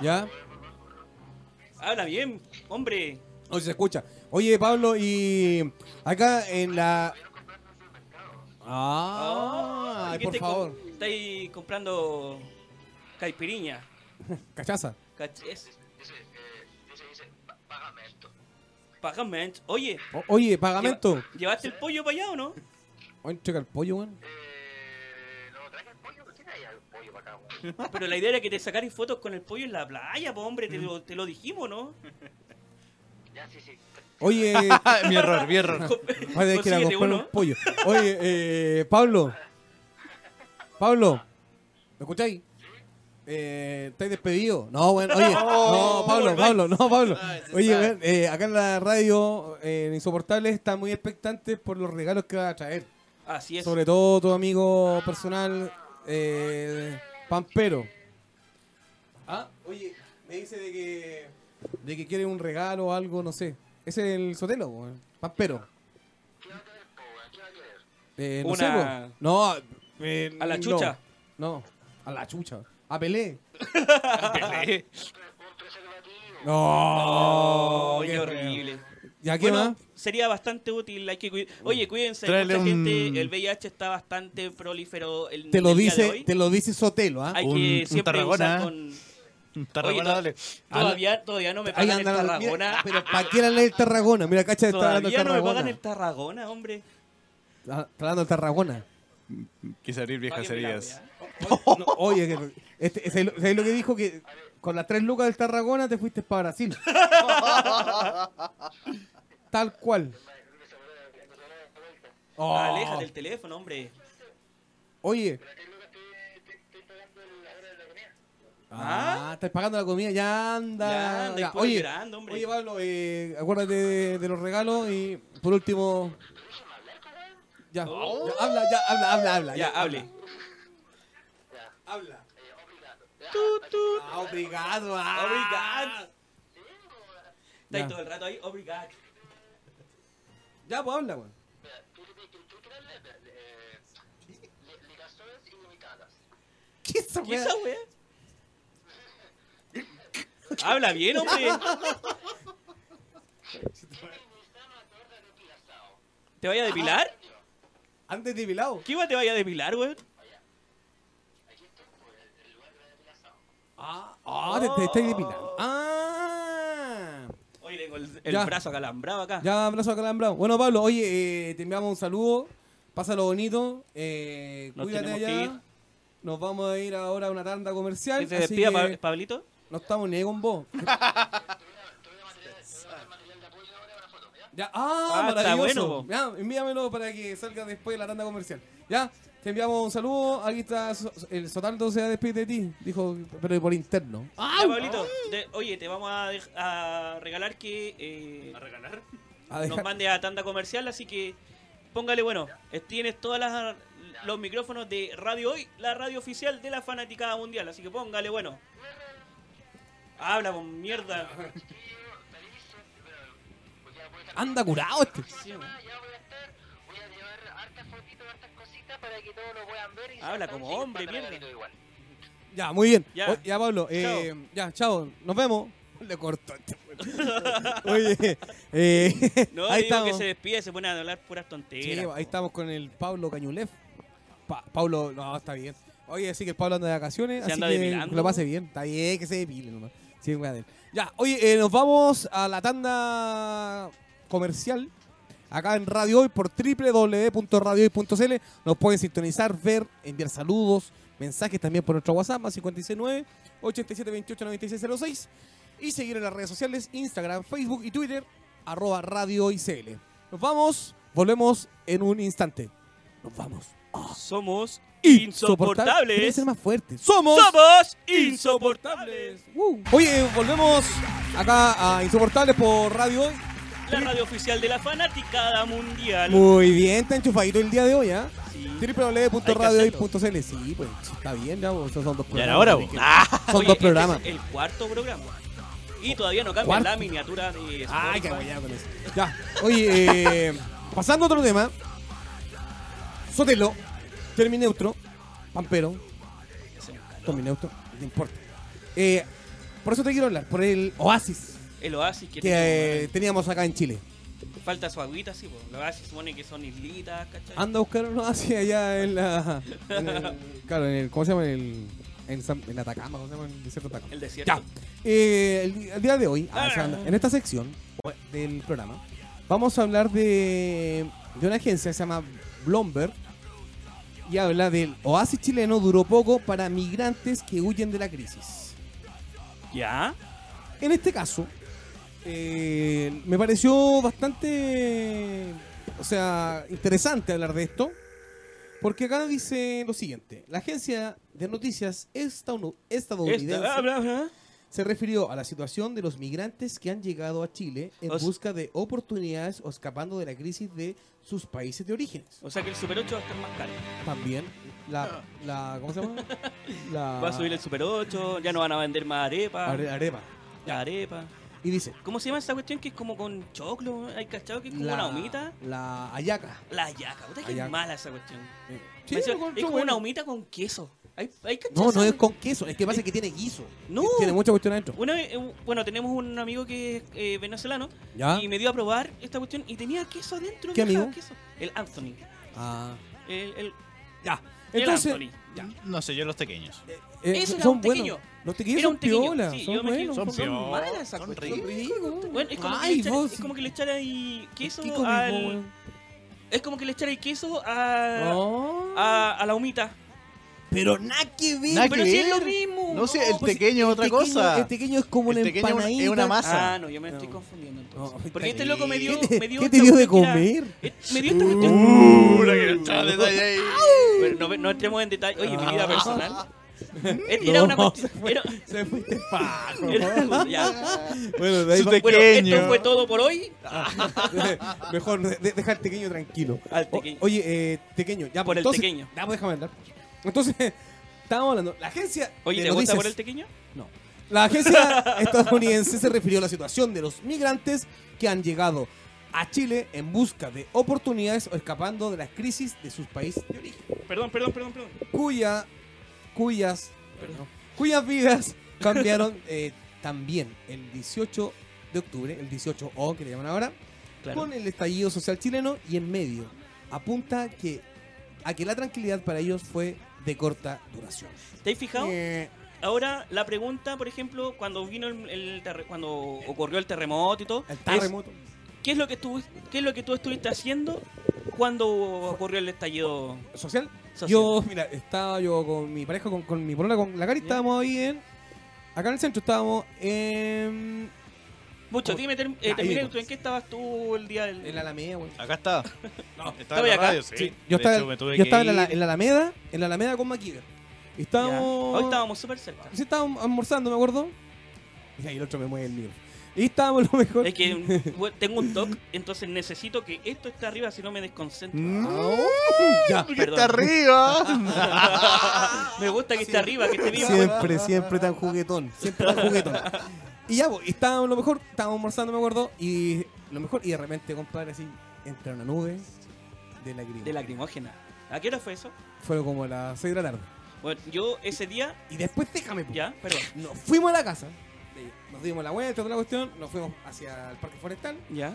S1: ¿Ya? eh.
S3: Habla bien, hombre.
S1: Hoy se escucha. Oye, Pablo, y acá en la... Ah, ay,
S3: ¿qué
S1: por
S3: te com-
S1: favor.
S3: Estáis comprando caipiriña.
S1: Cachaza.
S3: ¿Cachés?
S5: Dice, eh, dice, dice, "Pá- págame esto.
S3: Págame. Oye,
S1: O- oye, pagamento.
S3: lleva- ¿llevaste el pollo para allá o no?
S1: Oye, checa el pollo, weón.
S5: Eh, no, traje el pollo, ¿por qué traía el pollo para acá, weón?
S3: Pero la idea era que te sacaras fotos con el pollo en la playa, po, hombre.
S1: Mm.
S3: Te lo, te lo dijimos, ¿no?
S5: Ya, sí, sí.
S1: Oye,
S4: Ah, mi error, mi error.
S1: vas a tener que ir a
S3: Consíguete
S1: comprar
S3: uno.
S1: un pollo. Oye, eh, Pablo. Pablo, ¿me escucháis? Eh, ¿Estáis despedido? No, bueno, oye, no, Pablo, Pablo, no, Pablo. Oye, weón, eh, acá en la radio, eh, en Insoportables, están muy expectantes por los regalos que va a traer.
S3: Así es.
S1: Sobre todo tu amigo personal, eh, Pampero. Ah, oye, me dice de que, de que quiere un regalo o algo, no sé. Es el Sotelo, po, eh, Pampero. Eh, no sé,
S3: Una-
S1: po. No, eh,
S3: A la
S1: no.
S3: chucha.
S1: No, a la chucha. A Pelé.
S4: Pelé.
S1: No,
S3: Oh, qué horrible.
S1: ¿Ya qué
S3: Bueno,
S1: más? Uh,
S3: Sería bastante útil. Hay que cuid- Oye, cuídense. hay
S4: Tráele
S3: mucha
S4: un-
S3: gente, el VIH está bastante prolífero. El,
S1: Te lo
S3: el día de
S1: dice,
S3: hoy.
S1: te lo dice Sotelo, ¿ah?
S3: Hay
S4: Un-
S3: que
S4: un
S3: siempre
S4: Tarragona.
S1: ¿eh?
S3: usar con.
S4: Tarragona,
S3: Oye, to-
S4: dale.
S3: Todavía, todavía no me
S1: Ahí
S3: pagan el
S1: anda la- mira,
S3: Tarragona.
S1: pero ¿para qué era el Tarragona? Mira, cacha, está hablando el
S3: Todavía no me
S1: Tarragona.
S3: pagan el Tarragona, hombre.
S1: Ah, Está hablando el Tarragona.
S4: Quise abrir viejas
S3: Páguenme la
S4: heridas.
S3: wea.
S1: No, oye, que, este, ¿sabes, lo, sabes lo que dijo? Que con las tres lucas del Tarragona te fuiste para Brasil. Tal cual. Oh,
S3: Aleja del teléfono, hombre.
S1: oye. Ah,
S3: ¿Ah?
S1: estás pagando la comida, ya anda.
S3: Ya anda, y puedo
S1: Oye,
S3: llorando, hombre.
S1: oye, Pablo, eh, acuérdate de, de los regalos y por último. Ya,
S3: Oh.
S1: ya, habla, ya, habla, habla, habla.
S3: Ya, hable.
S1: Habla. Ah, obrigado. ah.
S3: Obrigado.
S1: Ya.
S3: Está ahí todo el rato ahí. Obrigado.
S1: Ya, pues habla, weón.
S5: Ligaciones ilimitadas.
S1: ¿Qué es esa
S3: ¿Qué
S1: weá?
S3: esa wea? Habla bien, hombre. ¿Te vaya a depilar?
S1: Antes de Bilao.
S3: ¿Qué iba te vaya a depilar, weón?
S1: Ah, ah, te, te estáis
S3: Oh.
S1: depilando. Ah.
S3: Oye, tengo el, el
S1: Ya.
S3: brazo acalambrado acá.
S1: Ya, abrazo a Calambrado. Bueno, Pablo, oye, eh, te enviamos un saludo. Pásalo bonito. Eh,
S3: Nos
S1: cuídate
S3: tenemos que
S1: allá.
S3: ir.
S1: Nos vamos a ir ahora a una tanda comercial.
S3: ¿Que se
S1: así
S3: despida,
S1: que
S3: Pa- Pablito?
S1: no estamos ni ahí con vos. Ya, ah,
S3: Ah, está
S1: maravilloso.
S3: bueno, po.
S1: ya, envíamelo para que salga después de la tanda comercial. Ya, te enviamos un saludo. Aquí está So- el Sotaldo se despide de ti. Dijo, pero por interno.
S3: Ya, Pablito, te- oye, te vamos a, dej- a regalar que eh,
S6: ¿A regalar?
S1: A
S3: nos
S1: dejar-
S3: mande a tanda comercial, así que póngale bueno. eh, Tienes todas las los micrófonos de Radio Hoy, la radio oficial de la fanaticada mundial, así que póngale bueno. Habla con mierda.
S5: pues
S1: Anda curado este.
S3: Ah, Sí,
S5: Ah, ya voy a estar, voy a llevar hartas fotitos, hartas cositas para que todos lo puedan ver. Y
S3: Habla
S5: sepan
S3: como
S5: que
S3: hombre,
S5: manda
S3: mierda.
S5: regalito igual.
S1: Ya, muy bien.
S3: Ya.
S1: O- ya Pablo, eh, ya, chao. Nos vemos. Le cortó este. Oye, eh,
S3: No,
S1: ahí
S3: digo
S1: estamos.
S3: que se despide, se pone a hablar puras
S1: Sí,
S3: tonteras. po.
S1: ahí estamos con el Pablo Cañulef. Pa- Pablo, no, está bien. Oye, sí que el Pablo anda de vacaciones,
S3: Se
S1: así
S3: anda
S1: que
S3: depilando,
S1: que lo pase bien. Está bien, que se depile nomás. Sí, weá de él. Ya, oye, eh, nos vamos a la tanda comercial. Acá en Radio Hoy por www.radiohoy.cl nos pueden sintonizar, ver, enviar saludos, mensajes también por nuestro WhatsApp más 569 8728 9606 y seguir en las redes sociales Instagram, Facebook y Twitter arroba Radio Hoy CL. Nos vamos, volvemos en un instante. Nos vamos.
S3: Somos
S1: Tiene que
S3: insoportables.
S1: ser más fuerte. Somos.
S3: Somos insoportables.
S1: Uh. Oye, volvemos acá a Insoportables por Radio Hoy.
S3: La radio oficial de la fanaticada mundial.
S1: Muy bien, está enchufadito el día de hoy, ¿ah?
S3: Sí.
S1: www.radiohoy.cl Sí, pues está bien, ya, pues, son dos programas.
S2: Ya era hora,
S1: así
S2: po.
S1: que-
S2: Ah,
S1: Son
S3: Oye,
S1: dos
S3: este
S1: programas.
S3: es el cuarto programa. Y todavía no cambia
S1: ¿Cuarto?
S3: la miniatura de
S1: Ay, qué
S3: Spotify.
S1: guayado con eso. Ya, oye, eh, pasando a otro tema. Sotelo, Termineutro, Pampero, Tomineutro, no importa. Eh, por eso te quiero hablar, por el Oasis
S3: El Oasis que,
S1: que eh, teníamos acá en Chile.
S3: tiene- falta su agüita, sí, po. El Oasis supone que son islitas, ¿cachai?
S1: Anda a buscar un Oasis allá en la. en el- claro, en el. ¿Cómo se llama? En el. En, San- en Atacama, ¿cómo se llama? En el desierto de Atacama.
S3: El desierto.
S1: Ya. Eh, el, di- el día de hoy,
S3: Ah.
S1: o sea, en esta sección o- del programa, vamos a hablar de, de una agencia que se llama Blomberg y habla del oasis chileno duró poco para migrantes que huyen de la crisis.
S3: ¿Ya?
S1: En este caso, eh, me pareció bastante, o sea, interesante hablar de esto, porque acá dice lo siguiente, la agencia de noticias estadounu- estadounidense
S3: Esta- bla, bla.
S1: se refirió a la situación de los migrantes que han llegado a Chile en
S3: O s-
S1: busca de oportunidades o escapando de la crisis de sus países de origen.
S3: O sea que el Super 8 va a estar más caro.
S1: También la, la ¿cómo se llama? La
S3: Ah. Va a subir el Super 8, ya no van a vender más arepa.
S1: Ah. are- arepa.
S3: La arepa.
S1: Y dice
S3: ¿Cómo se llama esa cuestión que es como con choclo? ¿Hay cachado que es como
S1: la
S3: una humita?
S1: La ayaca.
S3: La yaca, puta que
S1: Ayaca.
S3: es mala esa cuestión.
S1: Sí,
S3: Me decía,
S1: lo encontré
S3: es como
S1: bueno.
S3: una humita con queso. ¿Hay, hay cachado
S1: No,
S3: esa
S1: no es
S3: humi-
S1: con queso, es que pasa que tiene guiso.
S3: No.
S1: Tiene mucha cuestión adentro.
S3: Una vez, eh, bueno, tenemos un amigo que es eh, venezolano
S1: ¿Ya?
S3: y me dio a probar esta cuestión y tenía queso adentro.
S1: Ah. ¿Qué
S3: vieja,
S1: amigo?
S3: queso. El Anthony.
S1: Ah.
S3: El, el,
S1: Ya.
S3: el
S1: Entonces,
S3: Anthony.
S4: No sé, yo los pequeños.
S1: eh,
S3: Eso era
S1: son
S3: un
S1: buenos.
S3: tequeño.
S1: Los tequillos
S3: Era
S1: son
S3: un tequeño,
S1: piola,
S3: sí, yo
S1: son
S3: me quedé-
S1: buenos.
S3: Son
S1: son
S3: piola.
S1: buenos.
S3: malas esas
S2: son
S3: cuestiones.
S2: ricos.
S3: Bueno, es como,
S1: Ay,
S3: que le echara-
S1: vos,
S3: es como que le echara ahí queso
S1: Qué comido,
S3: al.
S1: weón.
S3: Es como que le echara ahí queso a,
S1: Oh.
S3: a, a la humita.
S1: Pero nada que ver.
S4: Nada que
S3: Ah. Pero sí es
S4: ver.
S3: lo mismo.
S4: No sé, el
S1: pues,
S4: pequeño es otra
S1: Tequeño-
S4: cosa.
S1: El pequeño es como
S4: El
S1: una
S4: tequeño es una-
S1: empanadita.
S4: es una masa.
S3: Ah, no, yo me estoy
S1: No.
S3: confundiendo
S1: No,
S3: entonces.
S1: está
S3: Porque este loco me dio.
S1: ¿Qué te,
S3: me dio
S1: ¿qué
S3: esta
S1: te dio de
S3: cuestión que era-
S1: comer? Uh.
S3: eh, Me dio esta cuestión.
S4: Pura Uh, que entraba detalle ahí.
S3: Bueno, no, no entremos en detalle. Oye, mi vida
S1: Ah.
S3: personal. Era Eh, era
S1: No,
S3: una cuestión. Era,
S1: Se fue este pajo.
S3: era- ya.
S1: Bueno, de ahí
S4: Su
S1: va-
S3: Bueno,
S4: Pequeño.
S3: esto fue todo por hoy.
S1: Mejor de- deja al tequeño tranquilo.
S3: Al
S1: O-
S3: tequeño.
S1: oye, eh, tequeño. Ya,
S3: Por
S1: pues,
S3: el
S1: entonces-
S3: tequeño.
S1: Ya, pues déjame hablar. Entonces, estábamos hablando. La agencia.
S3: Oye,
S1: de
S3: ¿te gusta
S1: noticias-
S3: por el tequeño?
S1: No. La agencia estadounidense se refirió a la situación de los migrantes que han llegado a Chile en busca de oportunidades o escapando de las crisis de sus países de origen,
S3: Perdón, perdón, perdón, perdón.
S1: cuya, cuyas, perdón, cuyas vidas cambiaron eh, también el 18 de octubre, el 18O que le llaman ahora,
S3: Claro.
S1: con el estallido social chileno y en medio. Apunta que, a que la tranquilidad para ellos fue de corta duración.
S3: ¿Te has fijado?
S1: Eh,
S3: Ahora, la pregunta, por ejemplo, cuando vino el, el terre- cuando ocurrió el terremoto y todo,
S1: el
S3: es,
S1: terremoto.
S3: ¿qué, es lo que estuvi- ¿qué es lo que tú estuviste haciendo cuando ocurrió el estallido
S1: social
S3: social?
S1: Yo, mira, estaba yo con mi pareja, con, con mi polola, con la Cari,
S3: Ya.
S1: estábamos ahí en... Acá en el centro estábamos en...
S3: Mucho, dime, term- eh,
S1: Ya,
S3: termina
S1: ahí,
S3: tú. ¿En qué estabas tú el día del.?
S1: pues. En la Alameda, güey.
S2: Acá está. estaba
S3: estaba
S2: en la
S3: acá.
S2: radio, sí.
S1: Sí, yo
S2: De
S1: estaba,
S2: hecho, me tuve que
S1: yo estaba en, la,
S2: ir.
S1: en la Alameda, en la Alameda con Maquila. Y
S3: Ya.
S1: estábamos.
S3: Hoy estábamos súper cerca.
S1: Sí, estábamos almorzando, me acuerdo. Y ahí el otro me mueve el micro. Y estábamos lo mejor.
S3: Es que bueno, tengo un toc, entonces necesito que esto esté arriba, si no me desconcentro. Ah,
S1: No. Ya.
S4: Que
S3: Perdón.
S4: está arriba.
S3: Me gusta que esté arriba, que esté vivo.
S1: Siempre, siempre tan juguetón. Siempre tan juguetón. Y ya, pues, y estábamos lo mejor, estábamos almorzando, me acuerdo. Y lo mejor, y de repente, compadre, así, entra una nube de lágrimas.
S3: De lacrimógena. ¿A qué hora fue eso?
S1: Fueron como las 6 de la tarde.
S3: Bueno, yo ese día,
S1: Y después, déjame, pues.
S3: ya, perdón,
S1: Nos fuimos a la casa. Nos dimos la vuelta, toda la cuestión. Nos fuimos hacia el parque forestal.
S3: ya.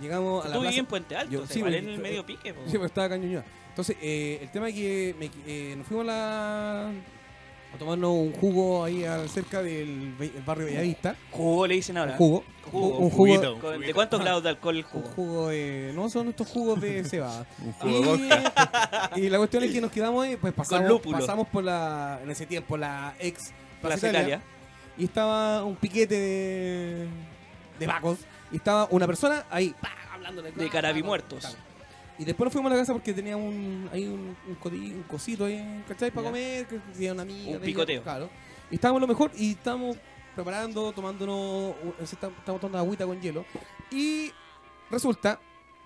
S1: Llegamos a la
S3: Tú vivías
S1: plaza.
S3: en Puente Alto,
S1: Yo-
S3: te
S1: sí,
S3: paré
S1: yo-
S3: en el medio pique. po.
S1: Sí, pero estaba cañuñada. Entonces, eh, el tema es que me- eh, nos fuimos a, la- a tomarnos un jugo ahí al- cerca del be- el barrio Bellavista.
S3: Jugo le dicen
S1: Un
S3: ahora.
S1: jugo.
S3: Jugo,
S1: Un
S2: juguito.
S1: jugo.
S3: Con- ¿De cuántos grados de alcohol el
S1: Un
S3: jugo?
S1: jugo de. No, son estos jugos de cebada.
S4: Un jugo de
S1: y, y la cuestión es que nos quedamos ahí, pues pasamos,
S3: lúpulo.
S1: pasamos por la. En ese tiempo, la ex
S3: Plaza Italia.
S1: y estaba un piquete de, de vacos y estaba una persona ahí pa, hablándole
S3: De carabimuertos.
S1: Claro. y después nos fuimos a la casa porque tenía un ahí un, un, coti- un cosito ahí ¿cachai? para
S3: Ya.
S1: comer que tenía una amiga
S3: Un
S1: tenía-
S3: picoteo.
S1: claro y estábamos lo mejor y estábamos preparando tomándonos un- se está- estábamos tomando agüita con hielo y resulta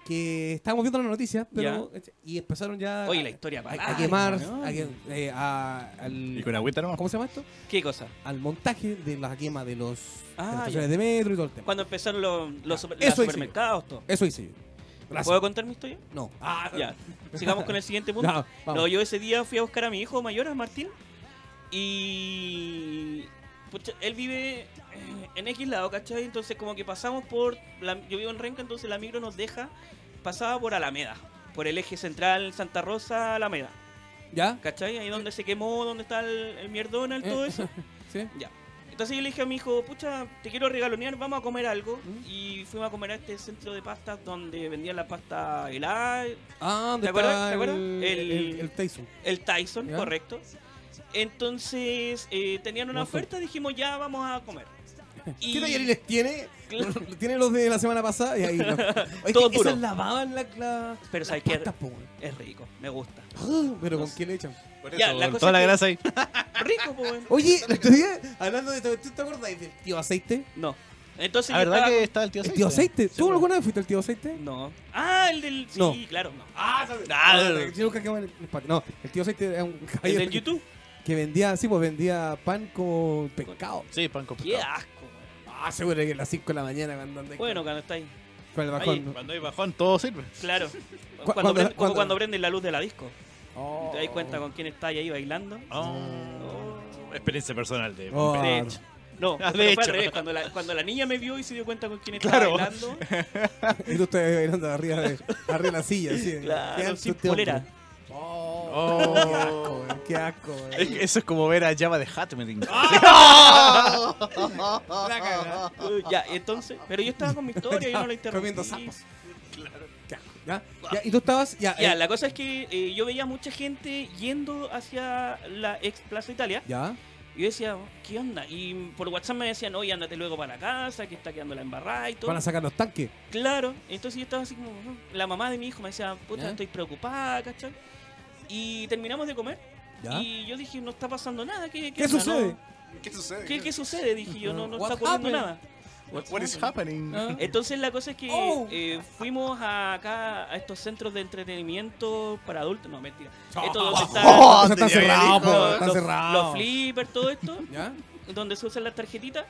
S1: que estábamos viendo las noticias pero y empezaron ya
S3: Oye,
S1: a,
S3: la historia
S1: a-
S3: para.
S1: a quemar
S3: ¿no?
S1: a que- eh, a- al-
S2: Y con agüita nomás.
S1: ¿cómo se llama esto?
S3: ¿Qué cosa?
S1: al montaje de la quema de los de las
S3: Ah,
S1: estaciones de metro y todo el tema.
S3: Cuando empezaron los, los super-
S1: Eso
S3: los
S1: hice
S3: supermercados, todo.
S1: Eso hice yo.
S3: ¿Puedo
S1: Gracias.
S3: contar mi historia?
S1: No.
S3: Ah, ya. Sigamos con el siguiente punto.
S1: No, vamos.
S3: No, yo ese día fui a buscar a mi hijo mayor, a Martín, y pucha, él vive eh, en X lado, ¿cachai? Entonces como que pasamos por, la- yo vivo en Renca, entonces la micro nos deja, pasaba por Alameda, por el eje central Santa Rosa, Alameda,
S1: ¿Ya?
S3: ¿cachai? Ahí donde se quemó, donde está el, el mierdona, el
S1: Eh.
S3: todo eso.
S1: ¿Sí?
S3: Ya. Entonces yo le dije a mi hijo, pucha, te quiero regalonear, vamos a comer algo.
S1: ¿Mm?
S3: Y fuimos a comer a este centro de pastas donde vendían la pasta helada,
S1: Ah, ¿dónde
S3: ¿Te acuerdas?
S1: está
S3: ¿Te acuerdas?
S1: El,
S3: El-
S1: el, el, Tyson?
S3: El Tyson,
S1: ¿Ya?
S3: correcto. Entonces eh, tenían una
S1: No sé.
S3: oferta, dijimos ya vamos a comer. Y
S1: ¿Qué tallerines tiene?
S3: Claro.
S1: tiene los de la semana pasada y ahí no. Es
S3: Todo
S1: que
S3: duro.
S1: esas lavaban la, la...
S3: Pero
S1: las
S3: ¿sabes qué?
S1: pastas, po, weón.
S3: es rico, me gusta.
S1: Ah, Pero
S3: No
S1: ¿con
S3: sé.
S1: qué le echan?
S2: Por
S3: Ya,
S2: eso,
S3: la
S2: con
S3: cosa
S2: toda
S3: es
S2: la
S3: que-
S2: grasa ahí.
S3: Rico, pues.
S1: Oye, el otro día, hablando de esto, ¿tú te acuerdas del tío aceite?
S3: No. Entonces
S1: Ah,
S4: La
S3: yo
S4: Ah, verdad
S3: estaba-
S4: que está el tío
S1: ¿El tío
S4: aceite.
S1: aceite? ¿Tú alguna vez fuiste el tío aceite?
S3: No. Ah, el del. Sí,
S1: No.
S3: claro, no.
S1: Ah, ¿sabes?
S2: Ah,
S1: Yo nunca quedé en el patio. No, el tío aceite era un
S3: El
S1: caballero
S3: del YouTube.
S1: Que vendía, sí, pues vendía pan con pescado.
S4: Sí, pan con
S3: Qué
S4: pescado.
S3: asco.
S1: Ah, seguro que a las 5 de la mañana cuando andáis
S3: Bueno, cuando está ahí.
S1: con- con el bajón.
S2: Cuando hay bajón.
S4: Todo sirve.
S3: Claro.
S1: Cu- cuando-
S3: Cuando, prende- como
S1: cuando-
S3: cuando prenden la luz de la disco.
S1: Oh.
S3: Te das cuenta con quién está ahí bailando.
S2: Oh, Experiencia personal de.
S1: Oh.
S3: De hecho. No,
S4: Ah, de
S3: pero fue
S4: hecho.
S3: al revés. Cuando la, cuando la niña me vio y se dio cuenta con quién estaba
S4: Claro.
S3: bailando.
S1: Y tú estás bailando arriba de, arriba de la silla, así. Qué
S3: Claro,
S1: alto
S3: sin
S1: este
S3: polera.
S1: hombre. Oh, Qué asco,
S4: Oh.
S1: weón, qué asco, weón.
S4: Es que Eso es como ver a Java de Hatmeting.
S1: La cagada.
S3: Eh, ya, entonces, pero yo estaba con mi historia, yo no la interrumpí.
S1: Comiendo sapos. Qué asco, ¿Ya? Ya, Y tú estabas. Ya,
S3: Ya,
S1: eh,
S3: la cosa es que eh, yo veía mucha gente yendo hacia la ex Plaza Italia.
S1: ya.
S3: Y yo decía, "Oh, ¿qué onda? Y por WhatsApp me decían, oye, ándate luego para la casa, que está quedando la embarrada y todo.
S1: Van a sacar los tanques.
S3: Claro, entonces yo estaba así como, "Ujú". la mamá de mi hijo me decía, puta,
S1: ¿Ya?
S3: estoy preocupada, ¿cachai? Y terminamos de comer.
S1: ¿Ya?
S3: Y yo dije, no está pasando nada. ¿Qué, qué,
S1: ¿Qué
S3: onda?
S1: sucede?
S4: ¿Qué sucede?
S3: No, ¿qué, qué sucede? Dije yo, no, no
S1: What
S3: está ocurriendo
S1: happened?
S3: nada.
S4: What is happening?
S1: Ah.
S3: Entonces la cosa es que
S1: Oh.
S3: eh, fuimos a acá a estos centros de entretenimiento para adultos, no mentira. Esto donde está
S4: Oh,
S1: Eso está
S4: te digo,
S1: cerrado,
S4: hijo.
S1: po,
S3: los,
S1: está
S3: los-
S1: cerrado.
S3: los flippers, todo esto,
S1: ¿Ya?
S3: donde se usan las tarjetitas.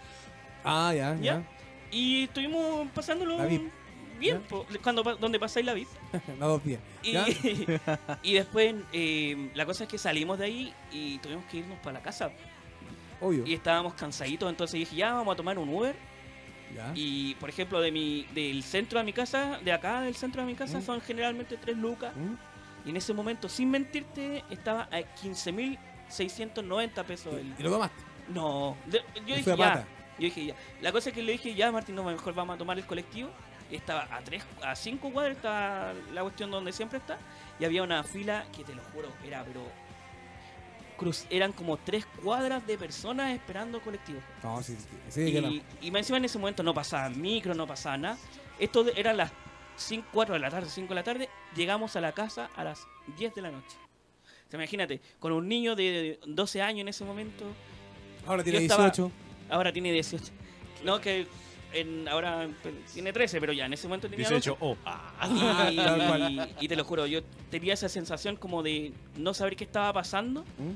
S1: Ah, ya, ya.
S3: ¿Ya? Y estuvimos pasándolo
S1: La VIP.
S3: bien,
S1: ¿Ya?
S3: po, cuando pa- donde pasáis la VIP.
S1: No, dos días.
S3: Y,
S1: ¿Ya?
S3: y después eh, la cosa es que salimos de ahí y tuvimos que irnos para la casa.
S1: Obvio.
S3: Y estábamos cansaditos, entonces dije, ya vamos a tomar un Uber.
S1: ¿Ya?
S3: Y por ejemplo, de mi, del centro de mi casa, de acá del centro de mi casa,
S1: ¿Mm?
S3: son generalmente tres lucas.
S1: ¿Mm?
S3: Y en ese momento, sin mentirte, estaba a 15.690 pesos. el-
S1: Y lo tomaste.
S3: No, de- yo
S1: Y fue
S3: dije
S1: a
S3: ya.
S1: pata.
S3: Yo dije ya. La cosa es que le dije ya, Martín, no, mejor vamos a tomar el colectivo. Y estaba a tres, a cinco cuadras, estaba la cuestión donde siempre está. Y había una fila que te lo juro, era pero cruz, eran como tres cuadras de personas esperando el colectivo.
S1: No, sí, sí, sí, que era-
S3: Y, y más encima en ese momento no pasaba micro, no pasaba nada. Esto de- era las 5, 4 de la tarde, 5 de la tarde. Llegamos a la casa a las 10 de la noche. O sea, imagínate, con un niño de 12 años en ese momento,
S1: Ahora tiene
S3: yo estaba-
S1: 18.
S3: ahora tiene 18. No, que en- ahora pues, tiene 13, pero ya en ese momento tenía 12.
S2: 18. Oh,
S1: Ah,
S3: Y-
S1: tal cual.
S3: y te lo juro, yo tenía esa sensación como de no saber qué estaba pasando
S1: ¿Mm?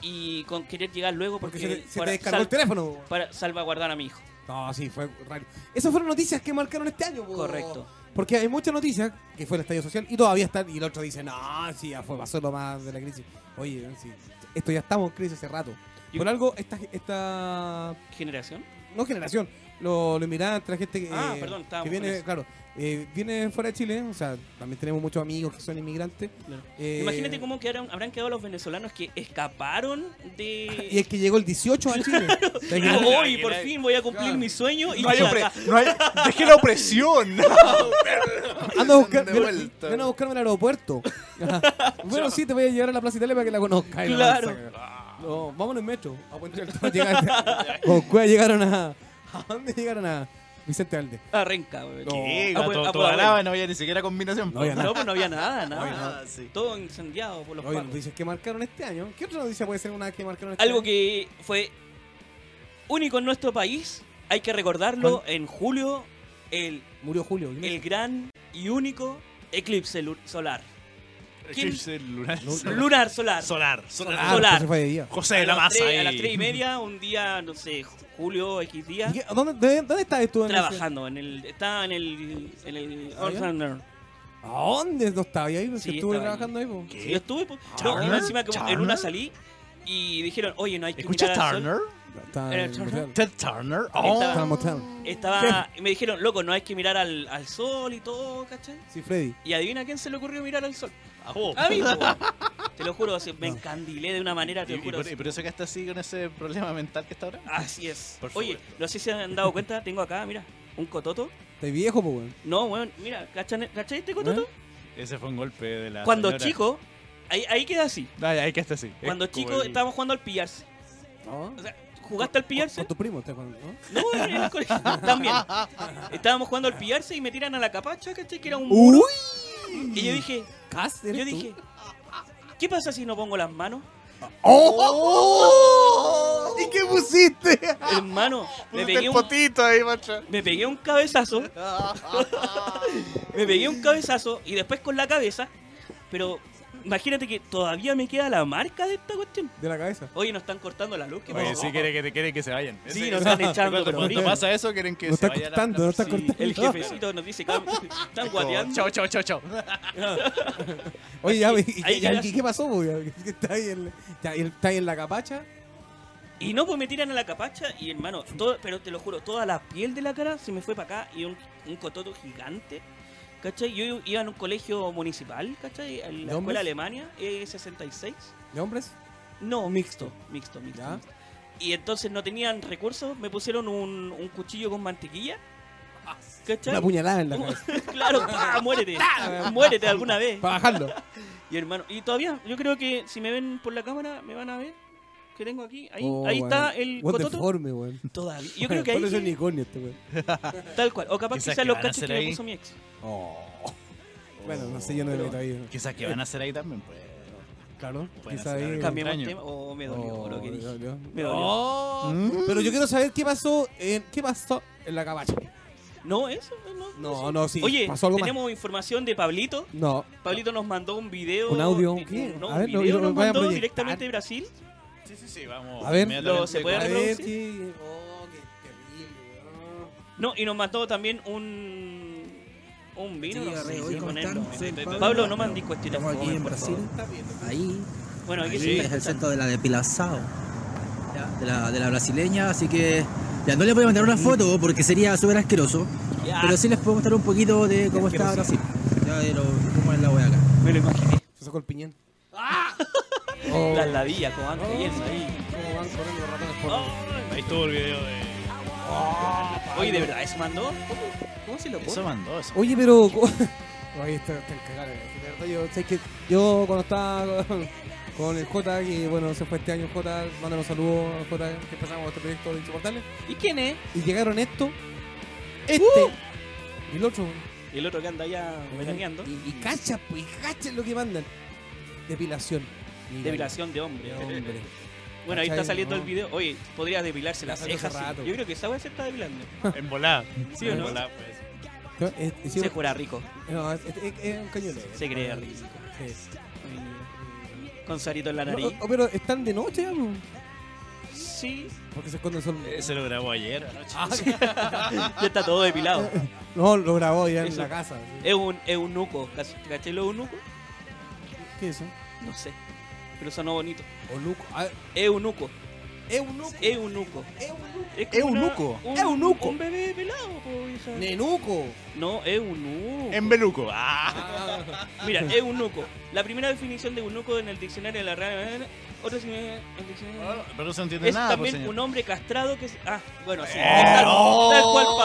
S3: y con querer llegar luego
S1: Porque
S3: porque,
S1: se te, se te
S3: para
S1: descargó el
S3: sal-
S1: teléfono.
S3: para salvaguardar a mi hijo.
S1: No, sí, fue raro. Esas fueron noticias que marcaron este año, po.
S3: Correcto.
S1: Porque hay muchas noticias que fue el estadio social y todavía están. Y el otro dice, no, sí, ya fue, pasó lo más de la crisis. Oye, sí, esto ya estamos en crisis hace rato.
S3: Y-
S1: Por algo, esta. esta
S3: ¿Generación?
S1: no generación, los lo inmigrantes, la gente que,
S3: Ah,
S1: eh,
S3: perdón, estábamos
S1: que
S3: con
S1: viene,
S3: eso.
S1: claro, eh, viene fuera de Chile, o sea, también tenemos muchos amigos que son inmigrantes. eh,
S3: Imagínate cómo quedaron, habrán quedado los venezolanos que escaparon
S1: Y
S3: de.
S1: es que llegó el 18 a Chile. O sea, que-
S3: Dijo,
S2: Claro.
S3: hoy por fin voy a cumplir
S1: Claro.
S3: mi sueño y
S4: No hay
S3: ya
S4: opre-
S3: acá".
S4: no hay- deje la opresión.
S1: Anda a buscar,
S4: De
S1: ven-
S4: vuelta.
S1: ven a buscarme al aeropuerto. Ajá. bueno, sí, te voy a llevar a la Plaza Italia para que la conozcas. Y la
S3: Claro.
S1: vas a cagar. No, vámonos en metro. A Puente Alto llegaron. Con Cueva llegaron a. ¿A dónde llegaron a Vicente Alde?
S3: Arranca, güey.
S1: No.
S4: ¿Qué?
S3: Ah, pues-
S4: Gato,
S3: ah,
S4: toda
S3: pues, bueno.
S4: lava, no había ni siquiera combinación.
S1: No había
S3: No, pues no había nada, nada.
S1: había nada.
S4: Ah, sí.
S3: Todo incendiado por los
S1: Oye,
S3: pacos.
S1: noticias que marcaron este año. ¿Qué otra noticia puede ser una que marcaron este
S3: Algo
S1: año?
S3: que fue único en nuestro país, hay que recordarlo, en julio, el,
S1: Murió Julio. Iglesias.
S3: el gran y único eclipse lu- solar. ¿Quién-
S4: Eclipse lunar.
S3: Lunar solar.
S2: solar. Solar.
S1: Ah,
S3: Solar.
S1: pues se fue de día.
S2: José
S3: a,
S2: de la
S3: las
S2: Maza.
S3: tres- a
S2: ahí.
S3: las 3 y media, un día, no sé, julio, X día.
S1: ¿Y qué- ¿Dónde, de- ¿Dónde estabas tú en ese-
S3: Trabajando en el. Estaba en el. En el.
S1: ¿Ah, ya?
S3: Orphan-
S1: ¿A dónde no estaba ahí? Si
S3: Sí,
S1: estuve
S3: estaba ahí.
S1: trabajando ahí, po.
S3: Sí, yo estuve. po. No,
S4: Turner,
S3: y más encima como en
S4: Turner.
S3: una salí y dijeron, oye, no hay que
S4: ¿Escuchas
S3: mirar al sol.
S4: Turner?
S1: Estaba
S3: ¿Era
S1: en el
S3: Turner?
S1: museo.
S4: Ted Turner.
S1: Estaba
S4: Oh.
S1: en Motel.
S3: Eh, Estaba. y Me dijeron, loco, no hay que mirar al, al sol y todo, ¿cachai?
S1: Sí, Freddy.
S3: Y adivina quién se le ocurrió mirar al sol.
S2: Ah, oh.
S3: A mí, po. Te lo juro, así, me
S1: No.
S3: encandilé de una manera,
S4: Y,
S3: te
S4: y
S3: lo juro.
S4: por, y por eso que está así con ese problema mental que está ahora.
S3: Así es.
S2: Por
S3: Oye,
S2: supuesto.
S3: no sé si se han dado cuenta, tengo acá, mira, un cototo.
S1: Estás viejo, po, weón.
S3: No, weón, mira, ¿cachan- ¿cachai este cototo?
S4: ¿Eh?
S2: Ese fue un golpe de la.
S3: Cuando
S2: señora.
S3: chico, ahí, ahí queda así.
S4: Ay, ay,
S2: este
S4: que está así. Es
S3: Cuando
S4: como
S3: chico
S4: el-
S3: estábamos jugando al pillarse.
S1: ¿No?
S3: O sea, ¿jugaste al pillarse?
S1: Con tu primo, estás jugando, ¿no?
S3: No, en el colegio. También. Estábamos jugando al pillarse y me tiran a la capacha, ¿cachai? Que era un muro.
S1: ¡Uy!
S3: Y yo dije,
S1: ¿Cas?
S3: yo dije, ¿qué pasa si no pongo las manos?
S1: ¡Oh! ¿Y qué pusiste?
S3: Hermano, me
S4: Pusiste
S3: pegué
S4: el
S3: un,
S4: potito ahí, macho.
S3: me pegué un cabezazo. Me pegué un cabezazo y después con la cabeza. Pero imagínate que todavía me queda la marca de esta cuestión.
S1: De la cabeza.
S3: Oye, nos están cortando la luz. ¿qué
S2: Oye,
S3: pasó?
S2: sí quiere que te quieren que se vayan.
S3: Sí,
S2: Ese-
S3: nos están echando,
S2: Cuando-
S3: pero
S2: cuando
S3: horrible.
S2: pasa eso, quieren que
S1: No
S2: se
S1: está
S2: vaya. la-
S1: cortando, no está
S3: Sí,
S1: cortando.
S3: el jefecito nos dice, "Cam- están guateando.
S4: Chao, chao, chao, chao.
S1: Oye, ya, ¿y,
S3: Ahí
S1: y-
S3: quedas.
S1: y qué pasó, po? weón? Que Está ahí en, está ahí- está ahí en la capacha.
S3: Y no, pues me tiran a la capacha y hermano, todo, pero te lo juro, toda la piel de la cara se me fue para acá y un, un cototo gigante. ¿Cachai? Yo iba en un colegio municipal, ¿cachai? En la
S1: ¿De hombres?
S3: escuela alemania, eh, E66.
S1: ¿De hombres?
S3: No, mixto, mixto, mixto.
S1: Ya.
S3: mixto. Y entonces no tenían recursos, me pusieron un, un cuchillo con mantequilla. ¿Cachai? Uh,
S1: Una puñalada en la cabeza. Ah,
S3: claro, ¡pa! muérete, muérete alguna vez.
S1: Para bajarlo.
S3: Y hermano, y todavía, yo creo que si me ven por la cámara, me van a ver. Que tengo aquí, ahí,
S1: Oh,
S3: ahí está
S1: weón.
S3: el
S1: Weón
S3: cototo.
S1: deforme, weón.
S3: Todavía. Yo creo que
S1: Por
S3: ahí
S1: eso es
S3: que-
S1: un iconio este, weón.
S3: Tal cual. O capaz
S2: Quizás
S3: quizás
S2: que
S3: los
S2: van a
S3: cachos
S2: hacer
S3: que
S2: ahí.
S3: me puso mi ex.
S1: Bueno, no sé, yo no me meto ahí.
S2: Quizás que van a hacer ahí también, pues.
S1: Claro,
S2: Pueden
S1: quizá
S2: hacer
S1: ahí.
S2: algo.
S3: Cambiamos el
S2: Extraño.
S3: tema. Oh, me dolió
S1: Oh,
S3: lo que
S1: me
S3: dije.
S1: dolió.
S3: Me dolió.
S1: Oh,
S4: Mm.
S1: Pero yo quiero saber qué pasó en, qué pasó en la cabacha.
S3: No, eso, no, no.
S1: No, no, sí.
S3: Oye,
S1: pasó algo más.
S3: tenemos información de Pablito.
S1: No,
S3: Pablito nos mandó un video.
S1: ¿Un audio?
S3: eh,
S1: ¿Qué?
S3: No,
S1: A
S3: un
S1: ver, lo-
S3: video
S1: lo-
S3: nos
S1: voy a
S3: mandó
S1: proyectar.
S3: directamente de Brasil.
S2: Sí, sí, sí, vamos.
S1: A ver.
S2: inmediatamente
S3: Lo- se
S2: con-
S3: puede
S1: a ver,
S3: reproducir?
S1: sí. Oh, qué terrible, weón.
S3: No, y nos mandó también un. Un vino, no
S6: Sí,
S3: sé
S6: hoy
S3: si
S6: con
S3: ponerlo.
S6: Stan, sí,
S3: Pablo,
S6: Pablo.
S3: no mandís cuestiones.
S6: Estamos aquí
S3: fome,
S6: en
S3: por
S6: Brasil.
S3: favor.
S6: Ahí,
S3: Bueno, aquí
S6: ahí
S3: sí.
S6: es el centro de la depilación de la, de la brasileña, así que ya no les voy a mandar una foto porque sería súper asqueroso,
S3: Ya,
S6: pero sí les puedo mostrar un poquito de cómo está Brasil. Ya de lo, cómo es la wea acá.
S3: me lo imaginé.
S1: Se sacó el piñón. ¡Ah! Oh.
S3: Las La ladilla, como antes, y eso ahí.
S1: ¿Cómo van corriendo los ratones por-
S2: Ahí estuvo el video de.
S3: Oye, ¿de verdad eso mandó? ¿Cómo, cómo se lo
S4: Eso
S3: puso?
S4: mandó eso.
S1: Oye, pero. co- Oye, está, está el cagar, eh. De verdad, yo sé que yo cuando estaba con, con el J, que bueno, se fue este año J, mándanos saludos al J, que empezamos este proyecto de Insoportables.
S3: ¿Y quién es?
S1: Y llegaron esto, este y el otro.
S3: Y el otro que anda allá veraneando.
S1: Y, y cacha, pues, y cacha lo que mandan. Depilación. Mira,
S3: Depilación de hombre.
S1: mira, hombre.
S3: Bueno, ahí está
S1: ¿Cachai?
S3: saliendo
S1: No.
S3: el video. Oye, podría depilarse las
S1: Ya salió
S3: cejas.
S1: hace rato.
S3: sí. Yo creo que esa weá se está depilando.
S2: En volada.
S3: ¿Sí o
S2: En
S3: no?
S2: volada, pues.
S1: Eh, eh, sí,
S3: Se jura rico.
S1: no, es, es- es- es un Ah, cañonero.
S3: Se cree rico.
S1: Sí.
S3: Con sarito en la
S1: No,
S3: nariz.
S1: oh, pero están de noche, ya, pues,
S3: Sí.
S1: porque se esconde el sol.
S4: Eh.
S2: Se lo grabó ayer. anoche.
S4: Ah,
S3: Ya está todo depilado.
S1: No, lo grabó ya en
S3: Eso. Eh.
S1: la casa. sí.
S3: Es un eunuco. ¿Cach- ¿Caché lo eunuco?
S1: ¿Qué es eso?
S3: No sé. Pero sonó bonito.
S1: O Luco. Ah,
S3: Eunuco.
S1: Eunuco.
S3: Eunuco.
S1: Eunuco.
S3: Es como una-
S4: Eunuco.
S3: un-
S1: Eunuco.
S3: Un bebé pelado, po, hija.
S1: Nenuco.
S3: No, eunuco.
S4: En Beluco. Ah.
S1: Ah,
S3: Mira, eunuco. La primera definición de eunuco en el diccionario de la Real. Otra significa- el diccionario-
S4: Pero no se entiende
S3: Es
S4: nada, pues,
S3: también
S4: señor.
S3: un hombre castrado que. se- Ah, bueno, sí.
S1: Eh,
S3: tal, tal cual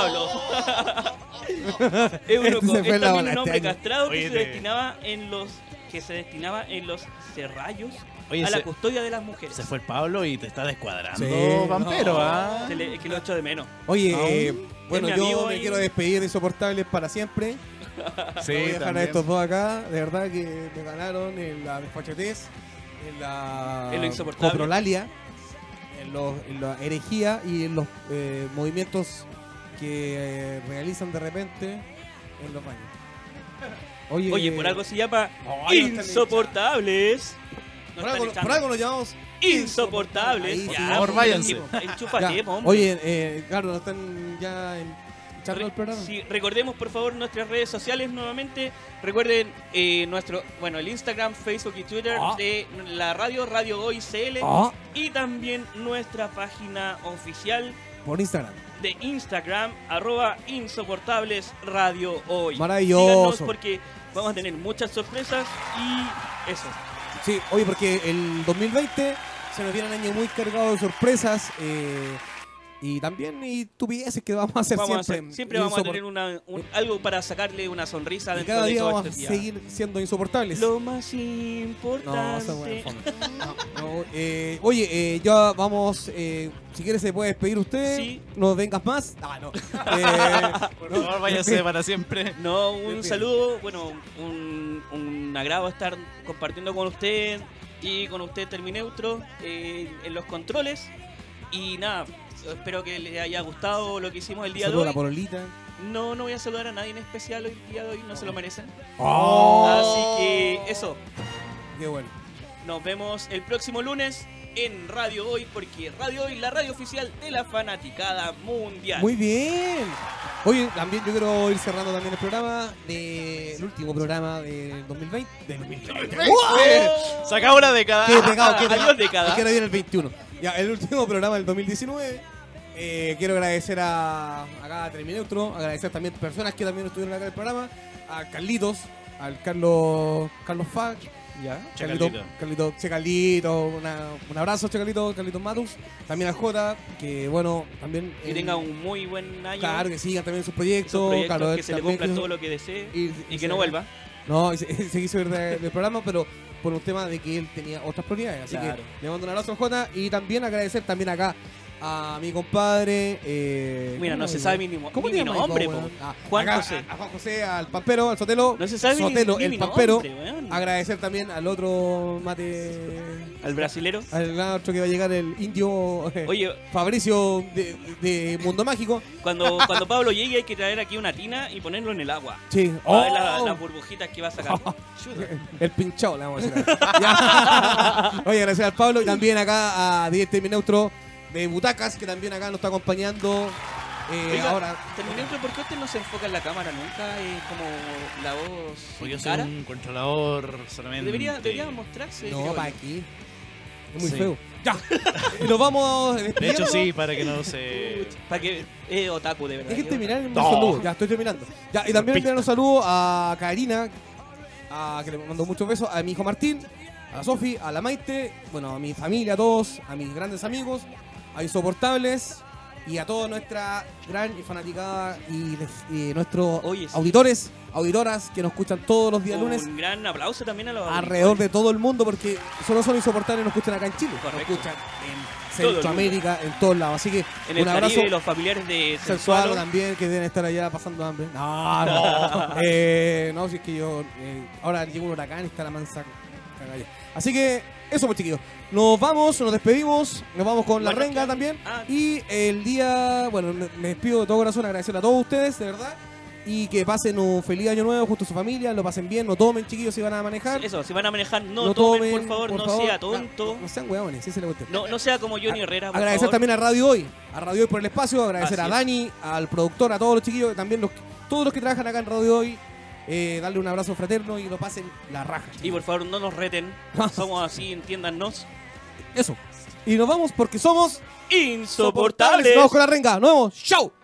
S3: Pablo.
S1: Este
S3: eunuco.
S1: se fue
S3: Es
S1: la
S3: también
S1: bola
S3: un
S1: este
S3: hombre
S1: año.
S3: castrado que
S2: Oye,
S3: se
S2: te-
S3: destinaba en los. que se destinaba en los serrallos
S2: Oye,
S3: a la
S2: se,
S3: custodia de las mujeres.
S2: se fue el Pablo y te está descuadrando.
S1: Sí.
S4: No, Pampero,
S1: No.
S4: ah.
S3: Se le- es que lo echo de menos.
S1: Oye,
S4: Aún
S1: eh, bueno,
S3: Ah, mi
S1: yo
S3: amigo
S1: me
S3: ahí.
S1: quiero despedir de Insoportables para siempre.
S4: Sí,
S1: Voy a dejar a
S4: también.
S1: estos dos acá. De verdad que me ganaron en la desfachatez, en la
S3: En lo insoportable.
S1: coprolalia, en, los- en la herejía y en los eh, movimientos que eh, realizan de repente en los baños. Oye,
S3: Oye, por algo se llama
S1: No, ahí no están
S3: insoportables. No
S1: por
S3: están
S1: algo,
S3: echando.
S1: por algo nos llamamos
S3: insoportables.
S1: Ahí
S3: Ya,
S1: sí.
S4: favor,
S3: pues,
S4: váyanse.
S1: Ya.
S3: Enchúfate, hombre.
S1: Oye, eh, claro, nos están ya en- echando el programa.
S3: Sí, recordemos por favor nuestras redes sociales nuevamente. Recuerden eh, nuestro, bueno, el Instagram, Facebook y Twitter
S1: Ah.
S3: de la radio, Radio Hoy CL.
S1: Ah,
S3: Y también nuestra página oficial
S1: por Instagram.
S3: de Instagram, arroba insoportables radio hoy.
S1: Maravilloso.
S3: Síganos porque vamos a tener muchas sorpresas y eso.
S1: Sí, oye, porque el 2020 se nos viene un año muy cargado de sorpresas eh, y también y tupideces que vamos a hacer
S3: Vamos a hacer-
S1: siempre.
S3: siempre vamos a
S1: Insopor-
S3: tener una- un- algo para sacarle una sonrisa
S1: Y
S3: dentro
S1: cada
S3: de
S1: día
S3: todo
S1: vamos a
S3: este día.
S1: seguir siendo insoportables.
S3: Lo más
S1: No, esa
S3: importante.
S1: weá, fome. No, eh, oye, eh, ya vamos. eh, si quieres, se puede despedir usted.
S3: Sí.
S1: No vengas más. Ah, no. Eh,
S4: Por
S1: no,
S4: favor, váyase para siempre.
S3: No,
S1: Bien, bien.
S3: un saludo, bueno, un, un agrado estar compartiendo con usted y con usted Termineutro eh, en los controles. Y nada, espero que le haya gustado lo que hicimos el día
S1: Saludo a
S3: de
S1: la
S3: hoy.
S1: pololita.
S3: No, no voy a saludar a nadie en especial hoy día de hoy, no se lo merecen.
S1: Oh.
S3: Así que eso,
S1: Qué bueno.
S3: nos vemos el próximo lunes en Radio Hoy, porque Radio Hoy, la radio oficial de la fanaticada mundial.
S1: Muy bien. Oye, también yo quiero ir cerrando también el programa de el último programa del 2020. Del 2020.
S3: ¡Oh!
S4: Se acabó la década.
S1: Qué pecado, qué
S3: Adiós
S1: pecado.
S3: década.
S1: Me Quiero ir el 21. Ya, el último programa del 2019. Eh, quiero agradecer a, a cada Termineutro, agradecer también personas que también estuvieron acá en el programa, a Carlitos, al Carlos Carlos Fag, ya,
S4: Che
S1: Carlito,
S4: Carlito.
S1: Carlito, Che Carlito, una- un abrazo Che Carlito, Carlitos Matus, también a Jota, que bueno, también
S3: Que
S1: eh,
S3: tenga un muy buen año.
S1: Claro, que sigan también sus
S3: Esos
S1: proyectos.
S3: proyectos,
S1: claro,
S3: que se le
S1: también
S3: cumpla
S1: que-
S3: todo lo que desee
S1: y-
S3: y
S1: y
S3: que
S1: se-
S3: no vuelva.
S1: No, y se, se quiso ir de- del programa, pero por un tema de que él tenía otras prioridades. Así
S3: Claro.
S1: que le mando un abrazo al Jota y también agradecer también acá a mi compadre. eh,
S3: Mira,
S1: ¿cómo
S3: no se
S1: llama?
S3: sabe ni, mo-
S1: ¿Cómo
S3: ni mi
S1: llama,
S3: nombre,
S1: weón?
S3: po.
S1: Ah,
S3: Juan
S1: acá,
S3: José.
S1: A, a Juan José, al Pampero, al Sotelo.
S3: No se sabe ni-
S1: Sotelo,
S3: ni
S1: el
S3: mi
S1: Pampero.
S3: nombre, weón.
S1: Agradecer también al otro mate.
S3: Al brasilero.
S1: Al otro que va a llegar, el indio eh,
S3: Oye,
S1: Fabricio de, de Mundo Mágico.
S3: cuando, cuando Pablo llegue hay que traer aquí una tina y ponerlo en el agua.
S1: Sí.
S3: A ver la-
S1: ¡Oh!
S3: las burbujitas que va a sacar.
S1: El pinchado, le vamos a decir. Ya. Oye, gracias al Pablo y también acá a 10 Termineutro de Butacas, que también acá nos está acompañando. Eh,
S3: Oiga,
S1: ahora.
S3: Terminator, ¿por qué usted no se enfoca en la cámara nunca? Es como la voz
S2: Pues yo
S3: en
S2: soy
S3: cara.
S2: un controlador solamente.
S3: Debería, debería mostrarse.
S1: No,
S3: creo
S1: para
S3: yo.
S1: aquí. Es muy
S2: Sí.
S1: feo. Ya. Y nos vamos. eh,
S2: De
S1: despidiendo.
S2: hecho, sí, para que no se.
S3: Para que... Es otaku, de verdad.
S1: Hay que
S3: es
S1: terminar el
S2: No.
S1: saludo. Ya estoy terminando. Ya, y también
S2: Pista.
S1: enviar un saludo a Karina, a, que le mando muchos besos, a mi hijo Martín, a la Sofi, a la Maite, bueno, a mi familia, a todos, a mis grandes amigos, a Insoportables, y a toda nuestra gran y fanaticada y, y nuestros
S3: Oye, sí.
S1: auditores, auditoras que nos escuchan todos los días lunes
S3: Un gran aplauso también a los
S1: alrededor de todo el mundo porque solo son insoportables nos escuchan acá en Chile,
S3: Correcto.
S1: nos escuchan en
S3: todo el mundo.
S1: Centroamérica, en todos lados. Así que
S3: En
S1: un
S3: el
S1: abrazo
S3: Caribe, los familiares de
S1: sensual
S3: Sensual.
S1: también que deben estar allá pasando hambre. No, no. Eh, no, si es que yo. eh, ahora llegó un huracán y está la mansa cagalla. Así que eso, pues chiquillos. Nos vamos, nos despedimos. Nos vamos con la
S3: Bueno,
S1: renga
S3: claro.
S1: también.
S3: Ah.
S1: Y el día. Bueno, me me despido de todo corazón. Agradecer a todos ustedes, de verdad. Y que pasen un feliz año nuevo junto a su familia. Lo pasen bien. No tomen, chiquillos, si van a manejar.
S3: Eso, si van a manejar, no, tomen, por favor, no sea tonto.
S1: Ah, No, no sean huevones, sí se le gusta.
S3: No, no sea como Johnny Herrera. por
S1: Agradecer
S3: favor.
S1: también a Radio Hoy, a Radio Hoy por el espacio, agradecer
S3: Así
S1: a
S3: es.
S1: Dani, al productor, a todos los chiquillos, que también los, todos los que trabajan acá en Radio Hoy, eh, darle un abrazo fraterno y lo pasen la raja.
S3: Y
S1: chiquillos.
S3: por favor, no nos reten. Somos así, entiéndannos.
S1: Eso. Y nos vamos porque somos
S3: Insoportables.
S1: Vamos con la renga, nos vemos, chao.